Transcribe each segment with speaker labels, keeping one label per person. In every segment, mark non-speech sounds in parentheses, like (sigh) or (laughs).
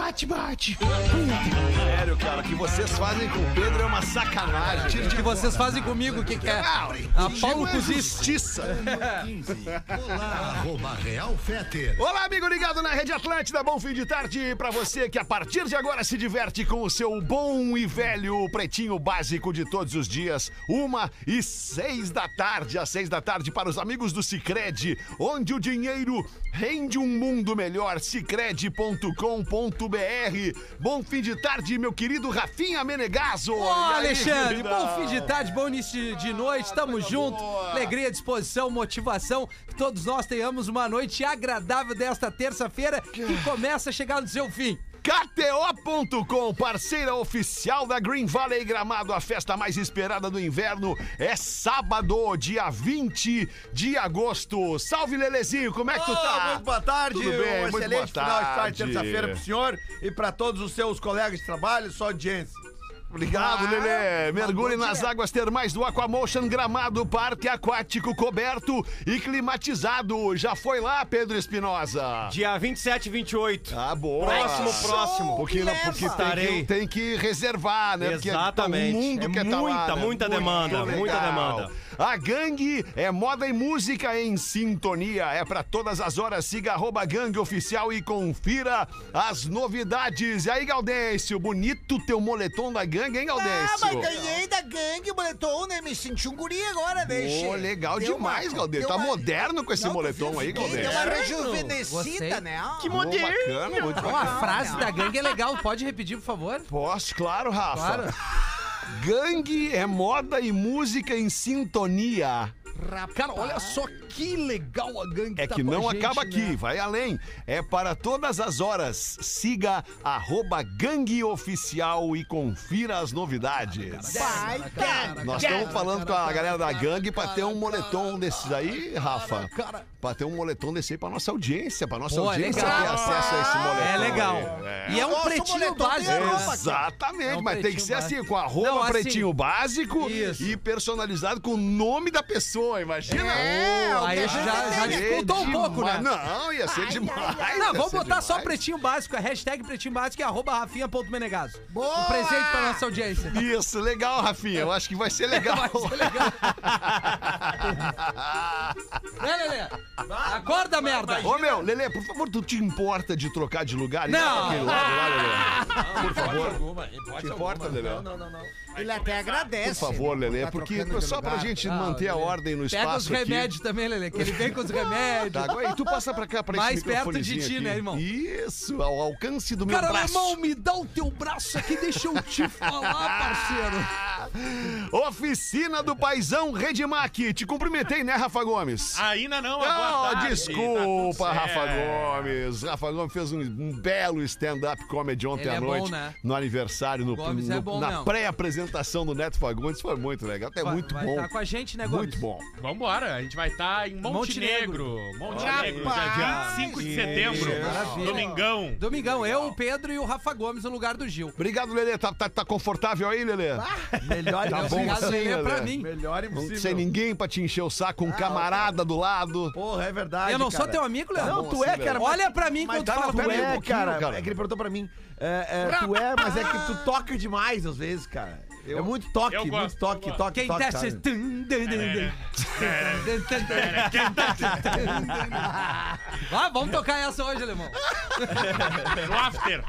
Speaker 1: bate, bate.
Speaker 2: Sério, cara, o que vocês fazem com o Pedro é uma sacanagem.
Speaker 3: O que vocês fazem comigo, o que, que é? A Paulo Cusista.
Speaker 2: é
Speaker 3: É.
Speaker 2: Justiça.
Speaker 4: Olá, arroba Real Feter.
Speaker 2: Olá, amigo ligado na Rede Atlântida. Bom fim de tarde pra você que a partir de agora se diverte com o seu bom e velho pretinho básico de todos os dias. Uma e seis da tarde, às seis da tarde, para os amigos do Cicred, onde o dinheiro rende um mundo melhor. Cicred.com.br. Bom fim de tarde, meu querido Rafinha Menegaso.
Speaker 3: Ô, Alexandre, bom fim de tarde, bom início de noite, tamo junto. Alegria, disposição, motivação. Que todos nós tenhamos uma noite agradável desta terça-feira que começa a chegar no seu fim.
Speaker 2: KTO.com, parceira oficial da Green Valley Gramado, a festa mais esperada do inverno é sábado, dia 20 de agosto. Salve Lelezinho, como é que tu tá?
Speaker 5: Ô, Muito boa tarde,
Speaker 2: Tudo bem,
Speaker 5: um
Speaker 2: muito
Speaker 5: excelente
Speaker 2: boa
Speaker 5: final de tarde,
Speaker 2: tarde.
Speaker 5: terça-feira pro senhor e pra todos os seus colegas de trabalho, só audiência.
Speaker 2: Obrigado,
Speaker 5: Ah,
Speaker 2: Lelê. Mergulhe
Speaker 5: mandou
Speaker 2: nas
Speaker 5: direto.
Speaker 2: águas termais do Aquamotion Gramado, parque aquático coberto e climatizado. Já foi lá, Pedro Espinosa?
Speaker 6: Dia 27 e 28.
Speaker 2: Ah, boa.
Speaker 6: Próximo, próximo.
Speaker 2: Porque, não, porque tem, que,
Speaker 6: Estarei.
Speaker 2: tem que reservar, né? Porque
Speaker 6: Exatamente.
Speaker 2: O mundo
Speaker 6: É
Speaker 2: quer tá lá,
Speaker 6: muita,
Speaker 2: né?
Speaker 6: muita demanda, muita demanda.
Speaker 2: A gangue é moda e música em sintonia. É pra todas as horas. Siga arroba gangue oficial e confira as novidades. E aí, Gaudêncio, bonito teu moletom da gangue, hein, Gaudêncio?
Speaker 7: Ah, mas ganhei da gangue, moletom, né? Me senti um guri agora, né?
Speaker 2: Pô,
Speaker 7: Che?
Speaker 2: legal
Speaker 7: Deu uma-
Speaker 2: demais, Galdêncio. Tá
Speaker 7: deu uma-
Speaker 2: moderno com esse
Speaker 7: Não,
Speaker 2: moletom aí,
Speaker 7: fiquei-
Speaker 2: Galdêncio.
Speaker 7: Deu uma
Speaker 3: Gostei.
Speaker 7: rejuvenescida, né?
Speaker 2: Pô, Bacana, muito
Speaker 3: Uma
Speaker 2: bacana.
Speaker 3: frase da gangue é legal, pode repetir, por favor?
Speaker 2: Posso, claro, Rafa.
Speaker 3: Claro.
Speaker 2: Gangue é moda e música em sintonia.
Speaker 3: Cara, olha só que legal a né? gangue
Speaker 2: É que não acaba aqui, vai além. É para todas as horas. Siga arroba gangue oficial e confira as novidades.
Speaker 7: Pai, cara.
Speaker 2: Nós estamos falando com a galera da gangue para ter um moletom desses aí, Rafa. Para ter um moletom desse aí para nossa audiência, para nossa
Speaker 3: Pô, é
Speaker 2: audiência
Speaker 3: legal.
Speaker 2: ter acesso a esse moletom.
Speaker 3: É legal.
Speaker 2: aí. É.
Speaker 3: E é um
Speaker 7: Nossa, o
Speaker 3: pretinho
Speaker 7: moletom tem
Speaker 3: básico.
Speaker 7: arroba,
Speaker 3: né?
Speaker 2: Exatamente,
Speaker 3: É um
Speaker 2: mas tem que
Speaker 3: pretinho
Speaker 2: ser assim,
Speaker 3: básico.
Speaker 2: com arroba
Speaker 3: Não, assim,
Speaker 2: pretinho básico
Speaker 3: isso.
Speaker 2: e personalizado com o nome da pessoa, imagina.
Speaker 7: É, o
Speaker 3: Aí
Speaker 7: que a
Speaker 3: já,
Speaker 7: gente
Speaker 3: já
Speaker 7: tem, né?
Speaker 3: dificultou um pouco, né?
Speaker 2: Mas Não, ia ser demais.
Speaker 3: Não,
Speaker 2: ia
Speaker 3: vamos
Speaker 2: ser
Speaker 3: botar só
Speaker 2: demais.
Speaker 3: pretinho básico, a hashtag pretinho básico e arroba rafinha.menegaso.
Speaker 7: Boa!
Speaker 3: Um presente pra nossa audiência.
Speaker 2: Isso, legal, Rafinha. Eu acho que vai ser legal.
Speaker 3: (laughs) Vai ser legal. né, Lelê? Acorda, merda!
Speaker 2: Ô meu, Lelê, por favor, tu te importa de trocar de lugar? E
Speaker 3: Não. Ah,
Speaker 2: vai pra aquele lado lá, Lelê? Por favor.
Speaker 5: Pode
Speaker 2: Te importa, Lelê?
Speaker 5: Não, não, não, não.
Speaker 7: Ele até
Speaker 2: Por
Speaker 7: agradece.
Speaker 2: favor, Lelê,
Speaker 7: Tá
Speaker 2: porque
Speaker 7: trocando de
Speaker 2: só pra
Speaker 7: lugar.
Speaker 2: gente
Speaker 3: Ah,
Speaker 2: manter a
Speaker 3: Lelê.
Speaker 2: ordem no espaço
Speaker 3: Pega os
Speaker 2: aqui.
Speaker 3: remédios também, Lelê, que ele vem com os remédios. (laughs)
Speaker 2: Tá, agora- e tu passa pra cá, pra
Speaker 3: Mais
Speaker 2: esse
Speaker 3: perto de
Speaker 2: microfonezinho
Speaker 3: ti,
Speaker 2: aqui.
Speaker 3: né, irmão?
Speaker 2: Isso, ao alcance do meu
Speaker 3: Cara,
Speaker 2: braço.
Speaker 3: alemão, me dá o teu braço aqui, deixa eu te falar, parceiro.
Speaker 2: (laughs) Oficina do Paizão Redmac. Te cumprimentei, né, Rafa Gomes?
Speaker 8: Ainda não,
Speaker 2: Ah,
Speaker 8: agora.
Speaker 3: tá
Speaker 8: tá.
Speaker 2: desculpa, Rafa Gomes. Rafa Gomes fez um, um belo stand-up comedy ontem
Speaker 3: Ele
Speaker 2: à
Speaker 3: é bom,
Speaker 2: noite.
Speaker 3: né?
Speaker 2: No aniversário, no,
Speaker 3: Gomes é
Speaker 2: no-
Speaker 3: bom
Speaker 2: na
Speaker 3: mesmo.
Speaker 2: pré-apresentação do Neto Fagundes. Foi muito legal. É
Speaker 3: Vai-
Speaker 2: muito
Speaker 3: vai
Speaker 2: bom.
Speaker 3: tá com a gente, né, Gomes?
Speaker 2: muito bom.
Speaker 8: Vambora, a gente vai estar em Montenegro. Montenegro, dia
Speaker 7: Rapaz!
Speaker 8: 25 de setembro.
Speaker 3: Maravilha.
Speaker 8: Domingão.
Speaker 3: Domingão, eu, o Pedro e o Rafa Gomes no lugar do Gil.
Speaker 2: Obrigado, Lelê. Tá, tá- tá confortável aí, Lelê?
Speaker 5: Melhor
Speaker 2: Tá bom
Speaker 5: impossível.
Speaker 3: Ah, Obrigado,
Speaker 2: assim,
Speaker 3: Lelê, é pra
Speaker 2: Lelê.
Speaker 3: mim. Ah,
Speaker 5: Melhor
Speaker 2: Não sem
Speaker 5: impossível.
Speaker 2: ninguém pra te encher o saco, um camarada do lado.
Speaker 5: Porra, é verdade.
Speaker 3: Eu não sou
Speaker 5: cara.
Speaker 3: teu amigo, Lelê?
Speaker 5: Não, tu é, cara. mas-
Speaker 3: Olha pra mim
Speaker 5: mas
Speaker 3: quando
Speaker 5: tá,
Speaker 3: tu fala
Speaker 5: não,
Speaker 3: com
Speaker 5: tu é,
Speaker 3: ele.
Speaker 5: cara,
Speaker 2: cara.
Speaker 5: É que ele perguntou pra mim. É, é, tu é, mas é que tu toca demais às vezes, cara. É muito toque,
Speaker 8: Eu
Speaker 5: muito
Speaker 8: gosto,
Speaker 5: toque,
Speaker 8: eu gosto.
Speaker 5: toque,
Speaker 3: Quem
Speaker 5: toque.
Speaker 3: tá
Speaker 5: sabe?
Speaker 3: se- Tum, dun, dun, dun.
Speaker 8: (laughs) Quem tá
Speaker 3: Ah, vamos tocar essa hoje, alemão.
Speaker 8: no after?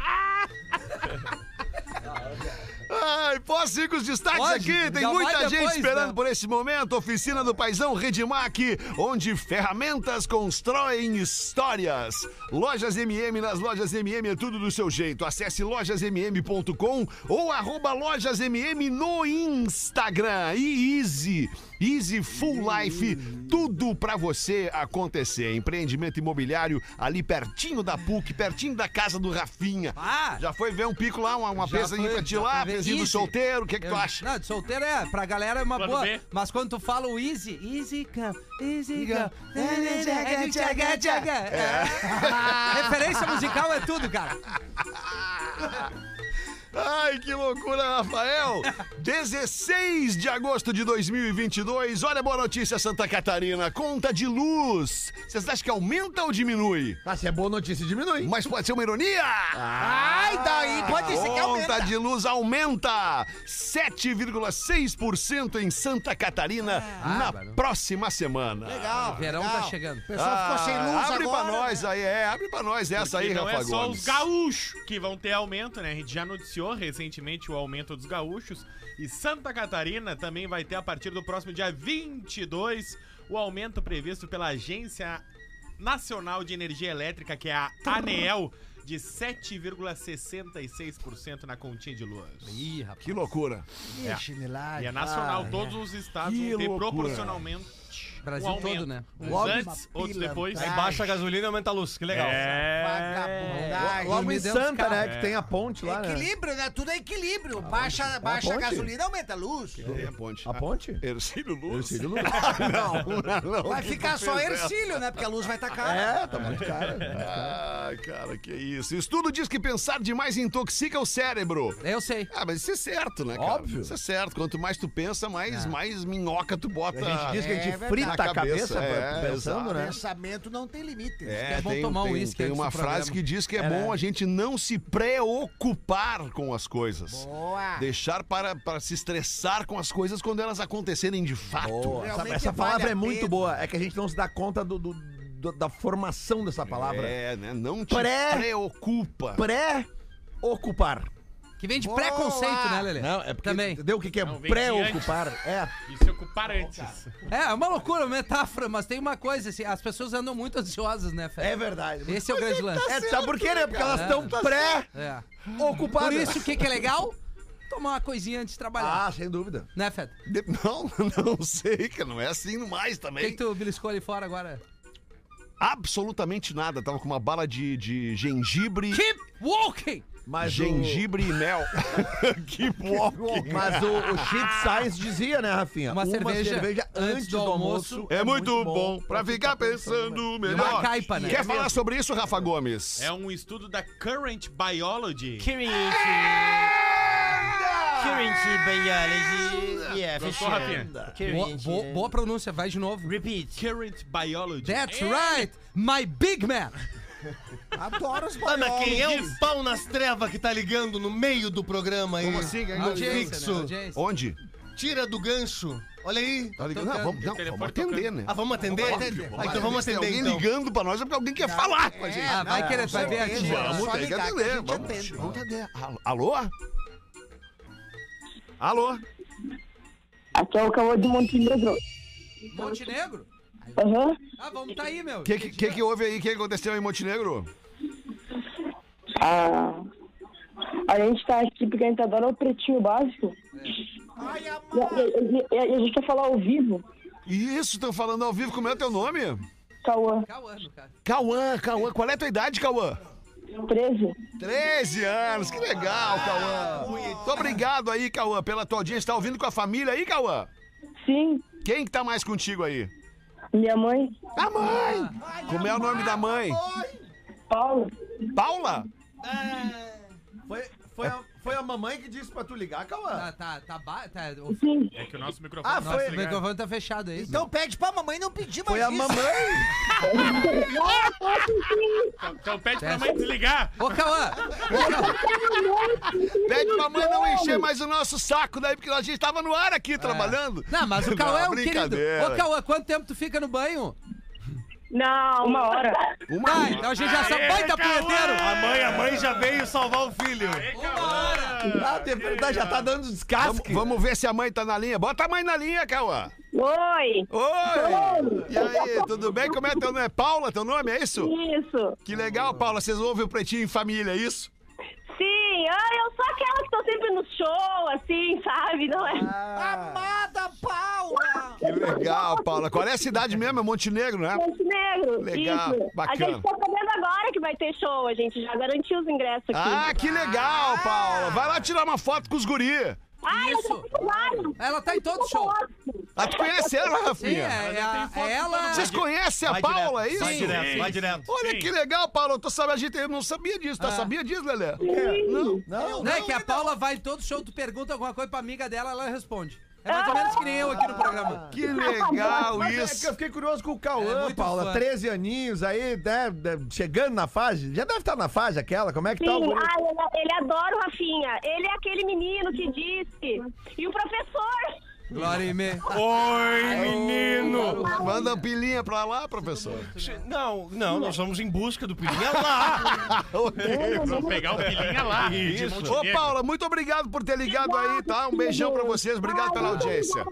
Speaker 2: Ai, posso ir com os destaques
Speaker 3: Pode,
Speaker 2: aqui? Tem
Speaker 3: já
Speaker 2: muita
Speaker 3: vai
Speaker 2: gente
Speaker 3: depois,
Speaker 2: esperando
Speaker 3: né?
Speaker 2: por esse momento. Oficina do Paizão Redmac, onde ferramentas constroem histórias. Lojas MM, nas lojas MM é tudo do seu jeito. Acesse lojasmm.com ou arroba lojasmm no Instagram. E Easy, Easy Full Life, tudo pra você acontecer. Empreendimento imobiliário ali pertinho da PUC, pertinho da casa do Rafinha.
Speaker 3: Ah!
Speaker 2: Já foi ver um pico lá, uma, uma
Speaker 3: Já
Speaker 2: Pensa em
Speaker 3: foi,
Speaker 2: ti
Speaker 3: já
Speaker 2: lá,
Speaker 3: foi ver.
Speaker 2: pezinho do
Speaker 3: Easy.
Speaker 2: solteiro, o que, que tu
Speaker 3: Eu-
Speaker 2: acha?
Speaker 3: Não, de solteiro é, pra galera é uma
Speaker 8: Plano
Speaker 3: boa.
Speaker 8: B.
Speaker 3: Mas quando tu fala o easy, easy come, easy come. É. tchaga, tchaga. (laughs) é Referência musical é tudo, cara.
Speaker 2: Ai, que loucura,
Speaker 7: (laughs)
Speaker 2: Rafael! 16 de agosto de 2022. Olha a boa notícia, Santa Catarina. Conta de luz. Vocês acham que aumenta ou diminui?
Speaker 5: Tá, se é boa notícia, diminui.
Speaker 2: Mas pode ser uma ironia!
Speaker 7: Ai, daí pode ser que
Speaker 2: A conta
Speaker 7: aumenta.
Speaker 2: de luz aumenta 7,6% em Santa Catarina na
Speaker 3: bárbaro.
Speaker 2: próxima semana.
Speaker 7: Ah,
Speaker 2: Ah,
Speaker 7: Legal.
Speaker 3: Verão
Speaker 7: legal.
Speaker 3: tá chegando.
Speaker 7: O pessoal ficou sem luz
Speaker 2: abre
Speaker 7: agora. né?
Speaker 2: pra nós aí, é, abre pra nós essa aí,
Speaker 8: E não
Speaker 2: Rafa
Speaker 8: é só
Speaker 2: Gomes.
Speaker 8: os gaúchos que vão ter aumento, né? A gente já noticiou recentemente o aumento dos gaúchos. E Santa Catarina também vai ter, a partir do próximo dia 22, o aumento previsto pela Agência Nacional de Energia Elétrica, que é a ANEEL, de 7,66% na continha de luz.
Speaker 3: Ih, rapaz.
Speaker 2: Que loucura.
Speaker 7: Ih, chinelagem.
Speaker 8: E é nacional,
Speaker 7: Ah,
Speaker 8: todos os estados
Speaker 2: Que
Speaker 8: vão ter
Speaker 2: loucura.
Speaker 8: proporcionalmente
Speaker 3: Brasil
Speaker 8: um aumento.
Speaker 3: todo, né?
Speaker 8: Uns
Speaker 7: Logo
Speaker 8: antes,
Speaker 7: uma
Speaker 8: outros
Speaker 7: pila
Speaker 8: depois. É.
Speaker 7: atrás.
Speaker 6: Baixa a gasolina e aumenta a luz. Que legal.
Speaker 7: Vagabundagem.
Speaker 5: Logo
Speaker 3: Me
Speaker 5: em
Speaker 3: deu
Speaker 5: Santa,
Speaker 3: uns
Speaker 5: né?
Speaker 8: carros.
Speaker 5: Que tem a ponte lá, né?
Speaker 7: Equilíbrio, né? Tudo é equilíbrio. Baixa, baixa a
Speaker 5: ponte.
Speaker 7: gasolina, aumenta a luz.
Speaker 2: É a ponte.
Speaker 5: A ponte?
Speaker 2: Ercílio Luz.
Speaker 5: Ercílio Luz.
Speaker 2: (laughs) não, não, não.
Speaker 7: Vai
Speaker 2: que
Speaker 7: ficar
Speaker 2: tu
Speaker 7: só
Speaker 2: fez essa.
Speaker 7: Ercílio, né? Porque a luz vai estar cara.
Speaker 5: É, tá muito cara.
Speaker 2: Ah, cara, que isso. Estudo diz que pensar demais intoxica o cérebro.
Speaker 3: Eu sei.
Speaker 2: Ah, mas isso é certo, né, cara?
Speaker 5: Óbvio.
Speaker 2: Isso é certo. Quanto mais tu pensa, mais, mais minhoca tu bota.
Speaker 5: A gente diz que a
Speaker 7: É
Speaker 5: gente
Speaker 7: verdade.
Speaker 5: frita
Speaker 2: Na
Speaker 5: a cabeça,
Speaker 2: cabeça,
Speaker 5: pra-
Speaker 2: é,
Speaker 5: pensando, né?
Speaker 7: Pensamento não tem limite.
Speaker 3: é bom tomar um uísque
Speaker 2: tem
Speaker 3: antes do
Speaker 2: uma frase
Speaker 3: programa.
Speaker 2: que diz que é, bom a gente não se preocupar com as coisas.
Speaker 7: Boa.
Speaker 2: Deixar para, para se estressar com as coisas quando elas acontecerem de fato.
Speaker 5: Boa. Essa,
Speaker 7: Realmente
Speaker 5: essa
Speaker 7: vale
Speaker 5: palavra
Speaker 7: a
Speaker 5: é muito
Speaker 7: pena.
Speaker 5: boa. É que a gente não se dá conta do- do- do- da formação dessa palavra.
Speaker 2: É, né? Não te
Speaker 5: Pré-
Speaker 2: preocupa.
Speaker 5: Pré-ocupar.
Speaker 3: Que vem de
Speaker 7: Boa!
Speaker 3: preconceito, né, Lelê?
Speaker 5: Não, é porque.
Speaker 3: Também.
Speaker 5: Entendeu o que, que é
Speaker 8: Não, vem
Speaker 5: pré-ocupar? É.
Speaker 8: E se ocupar antes.
Speaker 3: É, é uma loucura, uma metáfora, mas tem uma coisa, assim, as pessoas andam muito ansiosas, né, Fé?
Speaker 5: É verdade.
Speaker 3: Esse é o grande lance.
Speaker 5: É, sabe por quê, né? Porque elas
Speaker 3: É.
Speaker 5: estão
Speaker 3: É. Por
Speaker 5: pré-ocupadas.
Speaker 3: isso, o que, que é legal? Tomar uma coisinha antes de trabalhar.
Speaker 5: Ah, sem dúvida.
Speaker 3: Né, Fed?
Speaker 2: De- (laughs) Não, não sei, cara. Não é assim mais
Speaker 3: O que,
Speaker 2: também.
Speaker 3: que tu beliscou ali fora agora?
Speaker 2: Absolutamente nada. Tava com uma bala de, de gengibre.
Speaker 3: Keep walking!
Speaker 5: Mas (laughs)
Speaker 2: Gengibre e mel. que
Speaker 5: O...
Speaker 2: walking.
Speaker 5: Mas o, o Chip Science dizia, né, Rafinha?
Speaker 3: Uma cerveja antes do almoço
Speaker 2: (laughs) É muito bom pra ficar pensando melhor. É
Speaker 3: Uma caipa, né?
Speaker 2: Quer falar sobre isso, Rafa Gomes?
Speaker 8: É um estudo da Current Biology.
Speaker 6: Current. É! Current biology. Yeah,
Speaker 8: Gostou,
Speaker 6: fechando.
Speaker 8: Rafinha?
Speaker 3: Boa,
Speaker 6: Current.
Speaker 3: boa- boa pronúncia, vai de novo.
Speaker 6: Repeat.
Speaker 8: Current Biology.
Speaker 3: That's right, my big man!
Speaker 7: Adoro os
Speaker 6: Ah, mas quem é
Speaker 7: boiões.
Speaker 6: o pau nas trevas que tá ligando no meio do programa aí?
Speaker 5: assim,
Speaker 3: Audiência,
Speaker 6: fixo.
Speaker 3: né? Audiência.
Speaker 2: Onde?
Speaker 6: Tira do gancho. Olha aí.
Speaker 2: Tá ligando? Não, vamos, não,
Speaker 8: Telefone
Speaker 2: vamos atender, né?
Speaker 6: Ah, vamos atender? Ah, então vamos
Speaker 2: Tem
Speaker 6: atender,
Speaker 2: alguém
Speaker 6: então. é,
Speaker 2: ligando pra nós é porque alguém quer falar com a gente.
Speaker 3: Ah, vai
Speaker 7: não,
Speaker 3: querer,
Speaker 7: com
Speaker 3: vai ver a
Speaker 7: certeza.
Speaker 3: tia.
Speaker 7: Vamos.
Speaker 2: tem
Speaker 7: só
Speaker 2: que
Speaker 7: ligar que a
Speaker 2: atender.
Speaker 7: gente
Speaker 2: Vamos,
Speaker 7: atende.
Speaker 2: vamos atender. Alô? Alô?
Speaker 1: Aqui é o Cauã de Montenegro.
Speaker 3: Montenegro?
Speaker 1: Aham.
Speaker 3: Ah, vamos tá aí, meu.
Speaker 2: O que, que, que que houve aí? O que aconteceu em Montenegro?
Speaker 1: Ah, a gente tá aqui porque a gente adora o pretinho básico.
Speaker 7: Ai,
Speaker 1: E a,
Speaker 7: amor.
Speaker 1: e a- e a gente quer falar ao vivo.
Speaker 2: Isso, estão falando ao vivo. Como é o teu nome?
Speaker 1: Cauã,
Speaker 3: Cauano, Tá cara.
Speaker 2: Cauã, Cauã. Qual é a tua idade, Cauã?
Speaker 1: 13.
Speaker 2: 13 anos. Que legal, Cauã. Muito obrigado aí, Cauã, pela tua audiência. Tá ouvindo com a família aí, Cauã?
Speaker 1: Sim,
Speaker 2: Quem que tá mais contigo aí?
Speaker 1: minha mãe,
Speaker 2: A mãe! Como é o nome da mãe?
Speaker 1: Paula.
Speaker 2: Paula?
Speaker 5: Foi, foi, a, foi a mamãe que disse pra tu
Speaker 3: Tá,
Speaker 5: ligar, Cauã.
Speaker 3: tá, tá, ba- tá o
Speaker 1: Sim,
Speaker 8: É que o nosso microfone
Speaker 5: Ah,
Speaker 8: tá
Speaker 5: foi,
Speaker 3: o
Speaker 8: desligado.
Speaker 3: microfone tá fechado aí.
Speaker 7: Então pede pra mamãe não pedir
Speaker 5: Foi
Speaker 7: mais
Speaker 5: a
Speaker 7: isso.
Speaker 5: mamãe.
Speaker 8: Então pede pra mãe desligar.
Speaker 3: Ô, Cauã,
Speaker 2: Pede pra mãe não encher mais o nosso saco daí, porque a gente tava no ar aqui trabalhando.
Speaker 3: não, mas o Cauã é um querido.
Speaker 2: brincadeira.
Speaker 3: Ô, Cauã, quanto tempo tu fica no banho?
Speaker 1: Não, uma hora.
Speaker 2: Uma
Speaker 3: Tá, então a gente já sabe.
Speaker 8: Aê,
Speaker 3: Baita
Speaker 8: Cauã! é
Speaker 3: punheteiro!
Speaker 6: A mãe, a mãe já veio salvar o filho.
Speaker 5: Ah, de verdade, já tá dando
Speaker 2: Vamos,
Speaker 5: descasque.
Speaker 2: vamos ver se a mãe tá na linha. Bota a mãe na linha, Cauã.
Speaker 1: Oi,
Speaker 2: Oi! E aí, tudo bem? Como é teu nome? É Paula, teu nome? É isso?
Speaker 1: isso.
Speaker 2: Que legal, Paula. Vocês ouvem o Pretinho em Família, é isso?
Speaker 1: Sim, ah, eu sou aquela que tô sempre no show, assim, sabe? Não é?
Speaker 2: Ah,
Speaker 7: Amada Paula.
Speaker 2: Que legal, Paula. Qual é a cidade mesmo? É Montenegro, né?
Speaker 1: Montenegro.
Speaker 2: Legal,
Speaker 1: isso.
Speaker 2: bacana.
Speaker 1: A gente tá sabendo agora que vai ter show, a gente já garantiu os ingressos
Speaker 2: Ah,
Speaker 1: aqui.
Speaker 2: que legal, Paula. Vai lá tirar uma foto com os guri.
Speaker 1: Ah, eu
Speaker 3: isso.
Speaker 1: tô muito
Speaker 3: Ela tá em todo show.
Speaker 2: Ah, Ah, tu conhece ela,
Speaker 3: Sim,
Speaker 2: Rafinha?
Speaker 3: é, é
Speaker 8: Mas eu
Speaker 3: a-
Speaker 8: tenho foto
Speaker 3: ela.
Speaker 2: Vocês conhecem a
Speaker 6: Vai
Speaker 2: Paula,
Speaker 6: direto,
Speaker 2: é
Speaker 6: vai
Speaker 2: isso?
Speaker 6: direto, vai direto.
Speaker 2: Olha
Speaker 8: Sim.
Speaker 2: que legal, Paula. Tu sabe, a gente não sabia disso. Tu sabia disso, Lelé?
Speaker 1: Não.
Speaker 5: Não,
Speaker 3: Não, é que a Paula vai em todo show, tu pergunta alguma coisa pra amiga dela, ela responde. É mais ou menos que nem eu aqui no programa.
Speaker 2: Que legal
Speaker 5: Mas é que eu
Speaker 2: isso.
Speaker 5: fiquei curioso com o
Speaker 3: Ela é
Speaker 5: Cauã,
Speaker 3: muito
Speaker 5: Paula.
Speaker 3: fã.
Speaker 5: 13 aninhos aí, né, de- chegando na fase. Já deve estar na fase aquela. Como é que tá o
Speaker 1: Sim,
Speaker 5: guri?
Speaker 1: ah, ele, ele adora o Rafinha. Ele é aquele menino que disse. E o professor.
Speaker 3: Glória e me.
Speaker 6: Oi, menino!
Speaker 2: Manda uma pilinha pra lá, professor.
Speaker 6: Não, não, nós vamos em busca do pilinha lá.
Speaker 8: Vamos pegar o pilinha lá. um de
Speaker 6: Isso.
Speaker 2: Ô,
Speaker 8: Montenegro.
Speaker 2: Paula, muito obrigado por ter ligado aí, tá? Um beijão pra vocês. Obrigado pela audiência.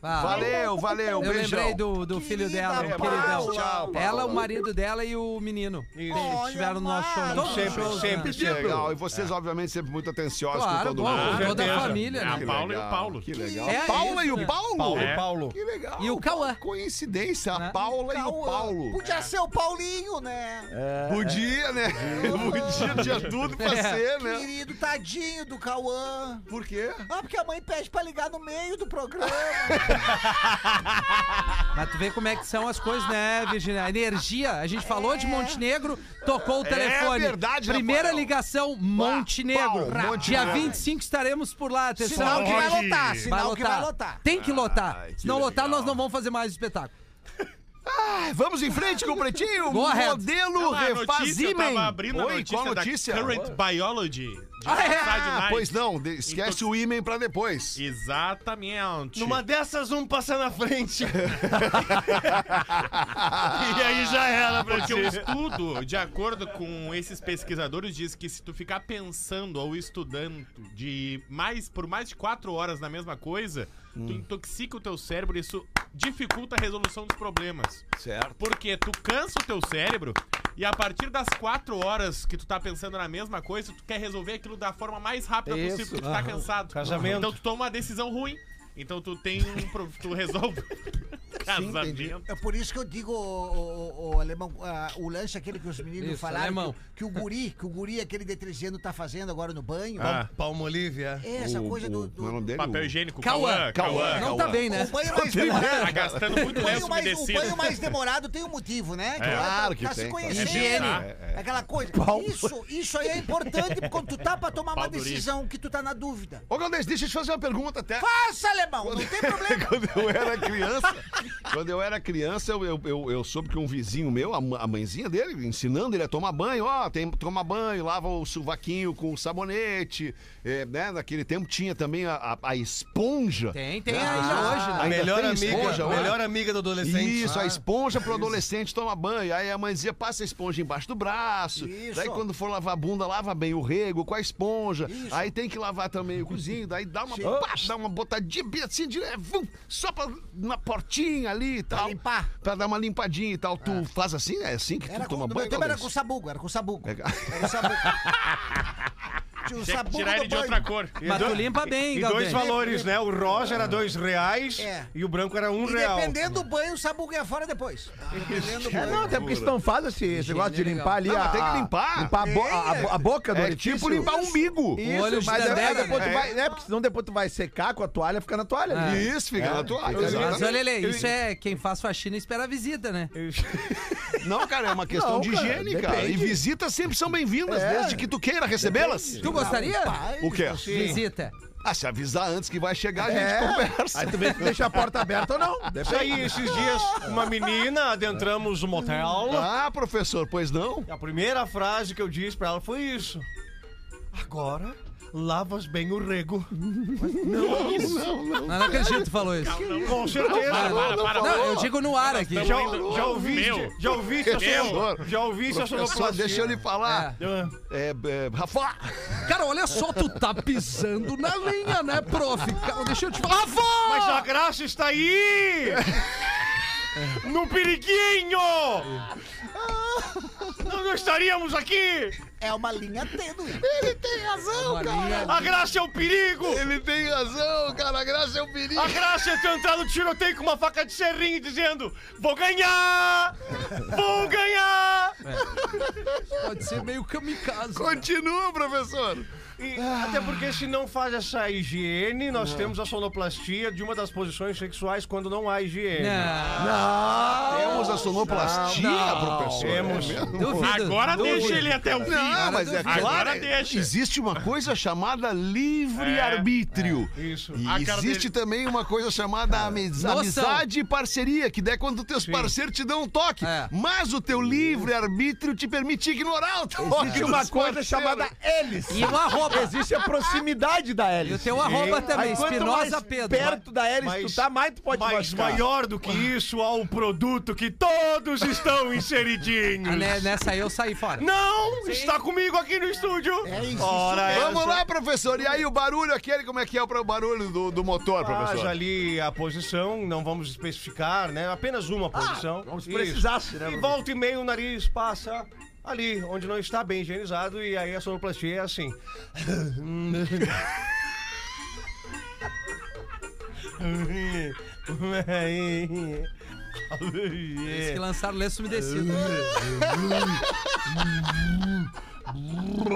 Speaker 3: Ah,
Speaker 2: Valeu, valeu.
Speaker 3: Eu
Speaker 2: Beijão.
Speaker 3: lembrei do, do filho dela,
Speaker 2: Paula.
Speaker 3: do queridão.
Speaker 2: Tchau, Paula.
Speaker 3: Ela, o marido dela e o menino. Eles estiveram no nosso show.
Speaker 7: Olha,
Speaker 3: Todos os
Speaker 6: sempre,
Speaker 3: shows, né?
Speaker 6: sempre, sempre.
Speaker 2: Legal. E vocês, obviamente, sempre muito atenciosos
Speaker 3: É. Claro,
Speaker 2: Ah, com todo
Speaker 3: bom,
Speaker 2: mundo.
Speaker 3: toda
Speaker 6: certeza.
Speaker 3: a família,
Speaker 8: É,
Speaker 3: né?
Speaker 8: a Paula
Speaker 2: legal,
Speaker 8: e o Paulo.
Speaker 2: Que legal.
Speaker 3: É
Speaker 2: Paula
Speaker 3: isso,
Speaker 2: e o
Speaker 3: né?
Speaker 2: Paulo?
Speaker 6: Paulo,
Speaker 8: É.
Speaker 6: Paulo.
Speaker 2: Que legal.
Speaker 3: E o Cauã.
Speaker 2: Coincidência, a
Speaker 3: Né?
Speaker 2: Paula e o Paulo.
Speaker 7: Podia ser o Paulinho, né?
Speaker 2: Podia, né? (laughs) Podia, tinha tudo pra
Speaker 3: É.
Speaker 2: ser, né?
Speaker 7: Querido, tadinho do Cauã.
Speaker 2: Por quê?
Speaker 7: Ah, porque a mãe pede pra ligar no meio do (laughs) programa.
Speaker 3: Mas tu vê como é que são as coisas, né, Virginia? A Energia. A gente falou de Montenegro, tocou o telefone.
Speaker 2: verdade,
Speaker 3: Primeira
Speaker 2: Rafael.
Speaker 3: ligação, Montenegro.
Speaker 2: pau,
Speaker 3: Dia
Speaker 2: Montenegro.
Speaker 3: 25 estaremos por lá, atenção.
Speaker 7: Sinal que vai
Speaker 8: Pode.
Speaker 7: lotar, sinal que vai lotar.
Speaker 3: Tem que lotar.
Speaker 2: Ai, que
Speaker 3: Se não lotar,
Speaker 2: legal.
Speaker 3: nós não vamos fazer mais espetáculo.
Speaker 2: Ah, vamos em frente com o Pretinho.
Speaker 3: Go ahead.
Speaker 2: Modelo
Speaker 8: Não, a Tá notícia, eu
Speaker 2: Refazimen.
Speaker 8: tava abrindo a
Speaker 2: Oi,
Speaker 8: notícia
Speaker 2: qual
Speaker 8: da
Speaker 2: notícia?
Speaker 8: Current Biology. De
Speaker 3: Ah, é?
Speaker 8: Inside
Speaker 2: Ah,
Speaker 8: Night.
Speaker 2: pois não, de- esquece
Speaker 8: Então-
Speaker 2: o imen pra (laughs) depois.
Speaker 8: Exatamente.
Speaker 6: Numa dessas, um passa na frente. (laughs) e aí já era pra
Speaker 8: Porque
Speaker 6: ti.
Speaker 8: o estudo, de acordo com esses pesquisadores, diz que se tu ficar pensando ou estudando de mais por mais de quatro horas na mesma coisa,
Speaker 6: Hum.
Speaker 8: tu intoxica o teu cérebro e isso dificulta a resolução dos problemas.
Speaker 2: Certo.
Speaker 8: Porque tu cansa o teu cérebro e a partir das quatro horas que tu tá pensando na mesma coisa, tu quer resolver aquilo da forma mais rápida
Speaker 5: Isso,
Speaker 8: possível, porque tu tá cansado.
Speaker 6: Casamento.
Speaker 8: Então tu toma uma decisão ruim. Então tu tem um. pro- Tu
Speaker 6: (laughs)
Speaker 8: resolve. Casamento.
Speaker 7: É por isso que eu digo, o, alemão, ah, o lanche aquele que os meninos
Speaker 3: Isso,
Speaker 7: falaram,
Speaker 3: alemão.
Speaker 7: Que, que o guri, que o guri, aquele detergente tá fazendo agora no banho. (laughs)
Speaker 8: Ah.
Speaker 6: Palmo Olivia.
Speaker 7: É Essa
Speaker 2: O-
Speaker 7: coisa
Speaker 2: o-
Speaker 7: do...
Speaker 2: como é o
Speaker 7: do
Speaker 2: nome dele?
Speaker 8: Papel
Speaker 2: O-
Speaker 8: higiênico.
Speaker 3: Cauã.
Speaker 8: Cauã. Cauã.
Speaker 3: Não
Speaker 2: Cauã.
Speaker 3: tá bem,
Speaker 7: o
Speaker 3: né?
Speaker 7: banho mais
Speaker 8: Tá
Speaker 7: demorado.
Speaker 8: gastando muito
Speaker 7: O
Speaker 8: lenço
Speaker 7: banho, mais, o
Speaker 8: umedecido.
Speaker 7: banho
Speaker 2: (laughs)
Speaker 7: mais demorado tem um motivo, né? Que lá
Speaker 8: É.
Speaker 7: tá-
Speaker 2: Claro que
Speaker 7: tá
Speaker 2: tem,
Speaker 7: se
Speaker 2: claro.
Speaker 7: conhecendo.
Speaker 3: Higiene.
Speaker 2: É, é.
Speaker 7: Aquela coisa. Isso, isso aí é importante quando tu tá pra tomar uma
Speaker 8: Pau durico.
Speaker 7: decisão que tu tá na dúvida.
Speaker 2: Ô, Galdês, deixa eu te fazer uma pergunta até.
Speaker 7: Faça, alemão, não tem
Speaker 2: (laughs)
Speaker 7: problema.
Speaker 2: quando eu era criança, quando eu era criança, eu, eu, eu, eu soube que um vizinho meu, a, ma- a mãezinha dele, ensinando ele a tomar banho, ó, tem toma banho, lava o sovaquinho com sabonete, é, né? Naquele tempo tinha também a, a- a esponja.
Speaker 3: Tem, tem
Speaker 2: né? As
Speaker 3: ainda
Speaker 2: pessoas-
Speaker 3: hoje, né?
Speaker 6: A
Speaker 2: ainda
Speaker 6: melhor
Speaker 2: tem
Speaker 6: amiga,
Speaker 2: esponja, né?
Speaker 6: a
Speaker 5: é?
Speaker 2: hoje?
Speaker 6: melhor amiga do adolescente.
Speaker 2: Isso, a
Speaker 6: Ah.
Speaker 2: esponja pro adolescente tomar banho. Aí a mãe dizia, passa a esponja embaixo do braço.
Speaker 7: Isso.
Speaker 2: Daí quando for lavar a bunda, lava bem o rego com a esponja. Aí tem que lavar também o cozinho. Daí dá uma, pá, dá uma botadinha bem assim, direto, vum, só pra, na portinha ali e tal. Pra
Speaker 7: limpar.
Speaker 2: Pra dar uma limpadinha e tal. Tu faz assim? É assim que
Speaker 7: Era
Speaker 2: tu
Speaker 7: com,
Speaker 2: toma
Speaker 7: no
Speaker 2: banho? É.
Speaker 7: meu tempo era
Speaker 2: Galdês?
Speaker 7: com sabugo, era com sabugo.
Speaker 2: Legal.
Speaker 7: (laughs) Era o sabugo. Tinha o
Speaker 8: Tinha que
Speaker 7: sabugo
Speaker 8: tirar
Speaker 7: do
Speaker 8: ele de
Speaker 7: banho.
Speaker 8: outra cor.
Speaker 3: Mas tu limpa bem,
Speaker 6: E dois
Speaker 3: Galdês.
Speaker 6: valores, né? O rosa era dois reais
Speaker 7: É.
Speaker 6: e o branco era um
Speaker 7: E
Speaker 6: real.
Speaker 7: dependendo do banho, o sabugo ia fora depois. Dependendo do
Speaker 5: É,
Speaker 7: banho.
Speaker 5: não, até porque se não faz esse, esse negócio de
Speaker 3: Higiene
Speaker 5: limpar ali.
Speaker 2: legal.
Speaker 5: a,
Speaker 2: Não, tem que limpar.
Speaker 5: Limpar a, bo- a- a- a boca do
Speaker 2: É
Speaker 5: orifício.
Speaker 2: tipo limpar o umbigo.
Speaker 5: Isso,
Speaker 3: Olho de
Speaker 5: mas é,
Speaker 3: dandega,
Speaker 5: é, depois
Speaker 2: né?
Speaker 5: tu vai, né? Porque senão depois tu vai secar com a toalha, fica na toalha.
Speaker 3: É.
Speaker 5: ali.
Speaker 2: Isso, fica na tua.
Speaker 3: Mas olha, Lele, isso é quem faz faxina espera a visita, né?
Speaker 2: Não, cara, é uma questão
Speaker 5: Não,
Speaker 2: de
Speaker 5: cara,
Speaker 2: higiene, cara. E
Speaker 5: depende.
Speaker 2: visitas sempre são bem-vindas,
Speaker 5: É.
Speaker 2: desde que tu queira recebê-las.
Speaker 3: Tu gostaria?
Speaker 2: O quê?
Speaker 3: Visita.
Speaker 2: Ah, se avisar antes que vai chegar, a gente
Speaker 5: É.
Speaker 2: conversa.
Speaker 5: Aí tu vê se deixa a porta aberta ou
Speaker 6: (laughs)
Speaker 5: não.
Speaker 6: Isso aí, esses dias, uma menina adentramos o motel.
Speaker 2: Ah, professor, pois não?
Speaker 6: E a primeira frase que eu disse pra ela foi isso. Agora, lavas bem o rego.
Speaker 3: Não, não acredito que tu falou isso.
Speaker 6: Com certeza.
Speaker 8: Para, para,
Speaker 3: Não, eu
Speaker 8: para.
Speaker 3: digo no ar aqui.
Speaker 8: estamos
Speaker 6: Já,
Speaker 8: Não,
Speaker 6: já ouviste,
Speaker 8: meu.
Speaker 6: já ouviste a sua,
Speaker 2: Meu.
Speaker 6: já ouviste a sua
Speaker 2: Professor, É deixa eu lhe falar.
Speaker 3: É.
Speaker 6: Ah,
Speaker 2: É, é, Rafa!
Speaker 3: Cara, olha só, tu tá pisando na linha, né, prof? Cara, deixa eu te falar.
Speaker 6: Ah! Mas a
Speaker 3: Avó!
Speaker 6: graça está aí! no periquinho! Não estaríamos aqui!
Speaker 7: É uma linha tênue.
Speaker 2: Ele tem razão,
Speaker 6: A graça é o perigo!
Speaker 2: Ele tem razão, cara. A graça é o perigo.
Speaker 6: A
Speaker 5: Ah,
Speaker 6: graça é tu entrar no tiroteio com uma faca de serrinho dizendo: Vou ganhar! Vou ganhar!
Speaker 3: Pode ser meio kamikaze. né?
Speaker 2: Continua, professor.
Speaker 6: E até porque se não faz essa higiene, nós temos a sonoplastia de uma das posições sexuais quando não há higiene.
Speaker 3: É.
Speaker 2: Temos a sonoplastia, professor.
Speaker 6: Temos. um
Speaker 2: É mesmo?
Speaker 3: Duvido,
Speaker 8: Agora
Speaker 3: duvido.
Speaker 8: deixa ele até o fim.
Speaker 2: Não, mas é
Speaker 8: Agora
Speaker 2: claro. é-
Speaker 8: deixa. É,
Speaker 2: Existe uma coisa chamada livre-arbítrio.
Speaker 6: Isso.
Speaker 2: E
Speaker 8: A cara
Speaker 2: existe
Speaker 8: dele-
Speaker 2: também uma coisa chamada amiz-
Speaker 3: Noção.
Speaker 2: amizade e parceria, que daí é quando teus parceiros te dão um toque.
Speaker 3: É.
Speaker 2: Mas o teu livre-arbítrio te permite ignorar o toque.
Speaker 5: Existe
Speaker 2: dos
Speaker 5: uma coisa
Speaker 2: parceiros.
Speaker 5: chamada eles.
Speaker 3: E uma arroba.
Speaker 5: Existe a proximidade da
Speaker 3: E o
Speaker 5: hélice.
Speaker 3: teu arroba também,
Speaker 5: Aí quanto
Speaker 3: Espinosa
Speaker 5: mais
Speaker 3: Pedro.
Speaker 5: perto da hélice tu
Speaker 6: Mas-
Speaker 5: tá, mais tu pode
Speaker 6: Mas
Speaker 5: mascar.
Speaker 6: maior do que isso há o produto que todos
Speaker 5: (laughs)
Speaker 6: estão
Speaker 3: Ah,
Speaker 6: inseridinhos.
Speaker 3: né, Nessa aí eu saí fora.
Speaker 6: Não! Está comigo aqui no estúdio! É isso! Ora,
Speaker 2: Vamos
Speaker 6: essa-
Speaker 2: lá, professor. E aí, o barulho aquele, como é que é o barulho do, do
Speaker 8: Ah,
Speaker 2: motor,
Speaker 6: Faz
Speaker 2: professor?
Speaker 6: ali a posição, não vamos especificar, né? Apenas uma posição.
Speaker 5: Como se
Speaker 6: Isso.
Speaker 5: Ah, precisasse, né?
Speaker 6: E volta e meia o nariz passa ali, onde não está bem higienizado, e aí a sonoplastia é assim.
Speaker 3: Eles que lançaram lenço umedecido.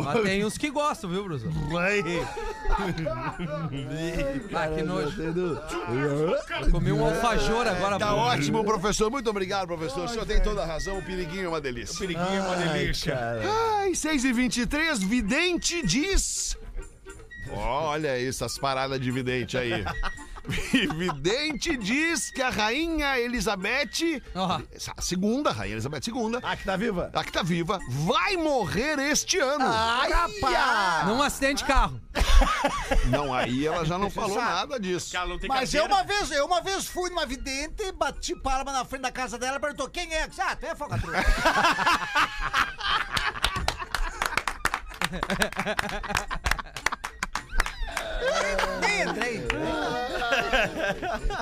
Speaker 3: Mas tem uns que gostam, viu, Bruno? Ah, que nojo. Eu comi um alfajor agora.
Speaker 2: Tá
Speaker 3: Bruno.
Speaker 2: ótimo, professor. Muito obrigado, professor. O senhor tem toda a razão. O piriguinho é uma delícia.
Speaker 6: Periguinho, uma delícia.
Speaker 2: Ai, 6 e 23 vidente diz. Olha essas paradas de vidente aí. (laughs) vidente diz que a rainha Elizabeth,
Speaker 3: Ó.
Speaker 2: a segunda, a rainha Elizabeth II,
Speaker 5: Ah, que tá viva?
Speaker 2: a que tá viva, vai morrer este ano.
Speaker 5: Ai,
Speaker 3: Num acidente de carro.
Speaker 2: Não, aí ela
Speaker 8: (laughs)
Speaker 2: já não falou nada disso.
Speaker 8: Cara, não tem
Speaker 7: Mas eu
Speaker 8: cadeira.
Speaker 7: uma vez, eu uma vez fui numa vidente, bati palma na frente da casa dela, perguntou quem é? Eu disse, Ah, tu é focatrua. Nem entrei.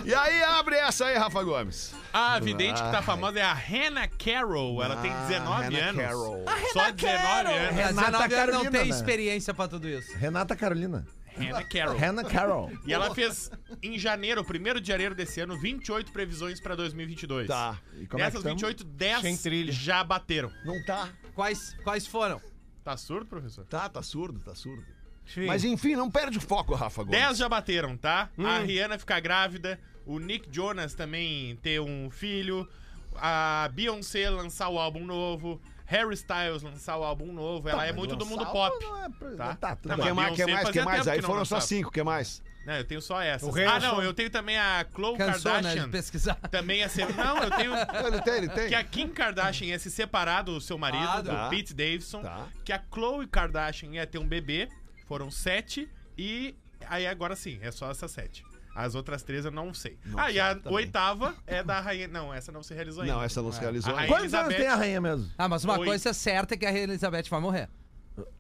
Speaker 2: E aí abre essa aí, Rafa Gomes.
Speaker 8: A vidente que tá famosa é a Hannah Carroll. Ela tem 19
Speaker 2: Hannah
Speaker 8: anos.
Speaker 2: Carroll.
Speaker 8: Só 19
Speaker 3: Mas
Speaker 8: anos.
Speaker 3: 19 anos não
Speaker 5: Carolina,
Speaker 3: tem
Speaker 5: né?
Speaker 3: experiência pra tudo isso.
Speaker 5: Renata Carolina.
Speaker 8: Hannah Carroll.
Speaker 5: Hannah Carol.
Speaker 8: E ela fez em janeiro, 1 de janeiro desse ano, 28 previsões pra 2022.
Speaker 2: Tá.
Speaker 5: E como é que
Speaker 8: Dessas
Speaker 5: tamo?
Speaker 8: 28,
Speaker 6: Sem
Speaker 8: 10
Speaker 6: trilha.
Speaker 8: já bateram.
Speaker 2: Não tá.
Speaker 3: Quais, quais foram?
Speaker 8: Tá surdo, professor?
Speaker 2: Tá, tá surdo, tá surdo.
Speaker 6: Sim.
Speaker 2: Mas enfim, não perde o foco, Rafa Gomes.
Speaker 8: 10 já bateram, tá? A
Speaker 3: Hum.
Speaker 8: Rihanna ficar grávida, o Nick Jonas também ter um filho, a Beyoncé lançar o álbum novo, Harry Styles lançar o álbum novo. Ela é muito do mundo pop.
Speaker 5: Não é pra-
Speaker 8: Tá.
Speaker 5: tá, tudo
Speaker 8: Não,
Speaker 5: bem.
Speaker 2: Quer mais, quer
Speaker 8: Beyoncé
Speaker 2: é mais, quer
Speaker 8: fazia
Speaker 2: mais?
Speaker 8: tempo
Speaker 2: Aí
Speaker 8: que não
Speaker 2: foram só
Speaker 8: lançava.
Speaker 2: cinco, quer mais?
Speaker 8: Não, eu tenho só essa.
Speaker 6: O rei
Speaker 8: Ah,
Speaker 6: é só-
Speaker 8: não, eu tenho também a Khloe
Speaker 3: Cansou, né,
Speaker 8: Kardashian.
Speaker 3: de pesquisar.
Speaker 8: Também ia ser. Não,
Speaker 3: (laughs)
Speaker 8: eu tenho.
Speaker 2: Ele tem, ele tem.
Speaker 8: (laughs) Que a Kim Kardashian ia se separar do seu marido,
Speaker 3: Ah,
Speaker 8: do
Speaker 2: tá.
Speaker 8: Pete Davidson.
Speaker 2: Tá.
Speaker 8: Que a Khloe Kardashian ia ter um bebê. Foram sete. E aí agora sim, é só essas sete. As outras três eu não sei. ah, e a oitava é da rainha. Não, essa não se realizou ainda.
Speaker 2: Não, essa
Speaker 6: É.
Speaker 2: não se realizou.
Speaker 8: A
Speaker 2: ainda.
Speaker 8: rainha-
Speaker 5: Quantos anos
Speaker 8: Elizabeth-
Speaker 5: tem a rainha mesmo?
Speaker 3: Ah, mas uma
Speaker 8: Oi.
Speaker 3: coisa é certa é que a Rainha Elizabeth vai morrer.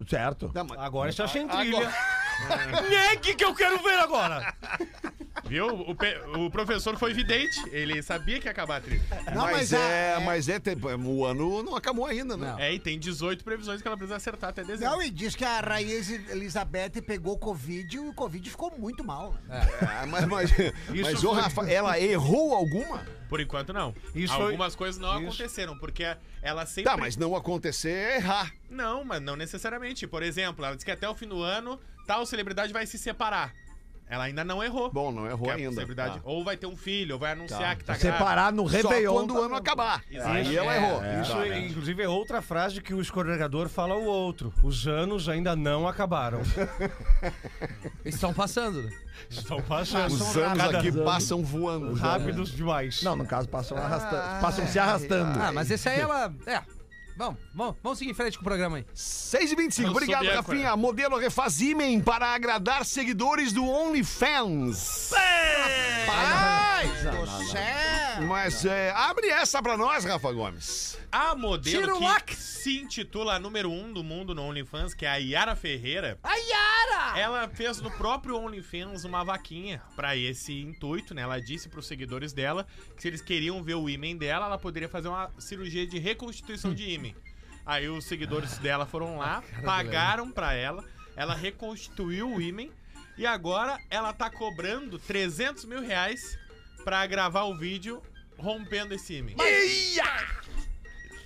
Speaker 5: Certo.
Speaker 2: Não, mas-
Speaker 6: Agora está sem
Speaker 2: Agora-
Speaker 6: trilha.
Speaker 8: Né,
Speaker 6: Negue que eu quero ver agora!
Speaker 8: Viu? O, pe- o professor foi vidente. Ele sabia que ia acabar a trilha.
Speaker 7: Não,
Speaker 2: mas,
Speaker 7: mas a-
Speaker 2: é, mas é tempo. O ano não acabou ainda, né?
Speaker 3: Não.
Speaker 8: É, e tem 18 previsões que ela precisa acertar até dezembro.
Speaker 7: Não, e diz que a Rainha Elizabeth pegou Covid e o Covid ficou muito mal. né?
Speaker 2: Ah, mas,
Speaker 6: (laughs)
Speaker 2: mas, mas
Speaker 6: foi-
Speaker 2: ô, Rafa, ela errou alguma?
Speaker 8: Por enquanto, não.
Speaker 6: Isso foi-
Speaker 8: Algumas coisas não
Speaker 6: Isso.
Speaker 8: aconteceram, porque ela sempre.
Speaker 2: Tá, mas não acontecer é errar.
Speaker 8: Não, mas não necessariamente. Por exemplo, ela disse que até o fim do ano tal celebridade vai se separar. Ela ainda não errou.
Speaker 2: Bom, não errou
Speaker 6: é
Speaker 8: Que a
Speaker 2: ainda.
Speaker 8: celebridade
Speaker 2: Tá.
Speaker 8: ou vai ter um filho, ou vai anunciar que tá grávida.
Speaker 5: Separar no
Speaker 2: Só
Speaker 5: Réveillon. tá
Speaker 2: quando o ano acabar. Aí ela errou.
Speaker 6: Isso,
Speaker 2: Tá.
Speaker 6: inclusive, é outra frase que o escorregador fala ao outro. Os anos ainda não acabaram.
Speaker 3: Estão
Speaker 2: (laughs)
Speaker 3: passando, né?
Speaker 6: (laughs) Estão passando.
Speaker 2: Os anos
Speaker 6: Cada-
Speaker 2: aqui passam voando.
Speaker 6: né? Rápidos demais.
Speaker 5: Não, no caso, passam, arrastando, passam se arrastando.
Speaker 3: Ah, mas esse aí ela. É. Vamos, vamos, vamos seguir em frente com o programa aí.
Speaker 2: 6h25,
Speaker 8: Eu
Speaker 2: obrigado,
Speaker 8: soube, é,
Speaker 2: Rafinha. Modelo refaz imen para agradar seguidores do OnlyFans.
Speaker 7: Você...
Speaker 2: Mas é, abre essa pra nós, Rafa Gomes.
Speaker 8: A modelo
Speaker 3: Tira o
Speaker 8: que
Speaker 3: lac.
Speaker 8: se intitula a número um do mundo no OnlyFans, que é a Yara Ferreira. A Yara! Ela fez no próprio OnlyFans uma vaquinha pra esse intuito, né? Ela disse pros seguidores dela que se eles queriam ver o imen dela, ela poderia fazer uma cirurgia de reconstituição de imen. Aí os seguidores dela foram lá, pagaram pra ela, ela reconstituiu o imen e agora ela tá cobrando 300 mil reais pra gravar o vídeo rompendo esse imen.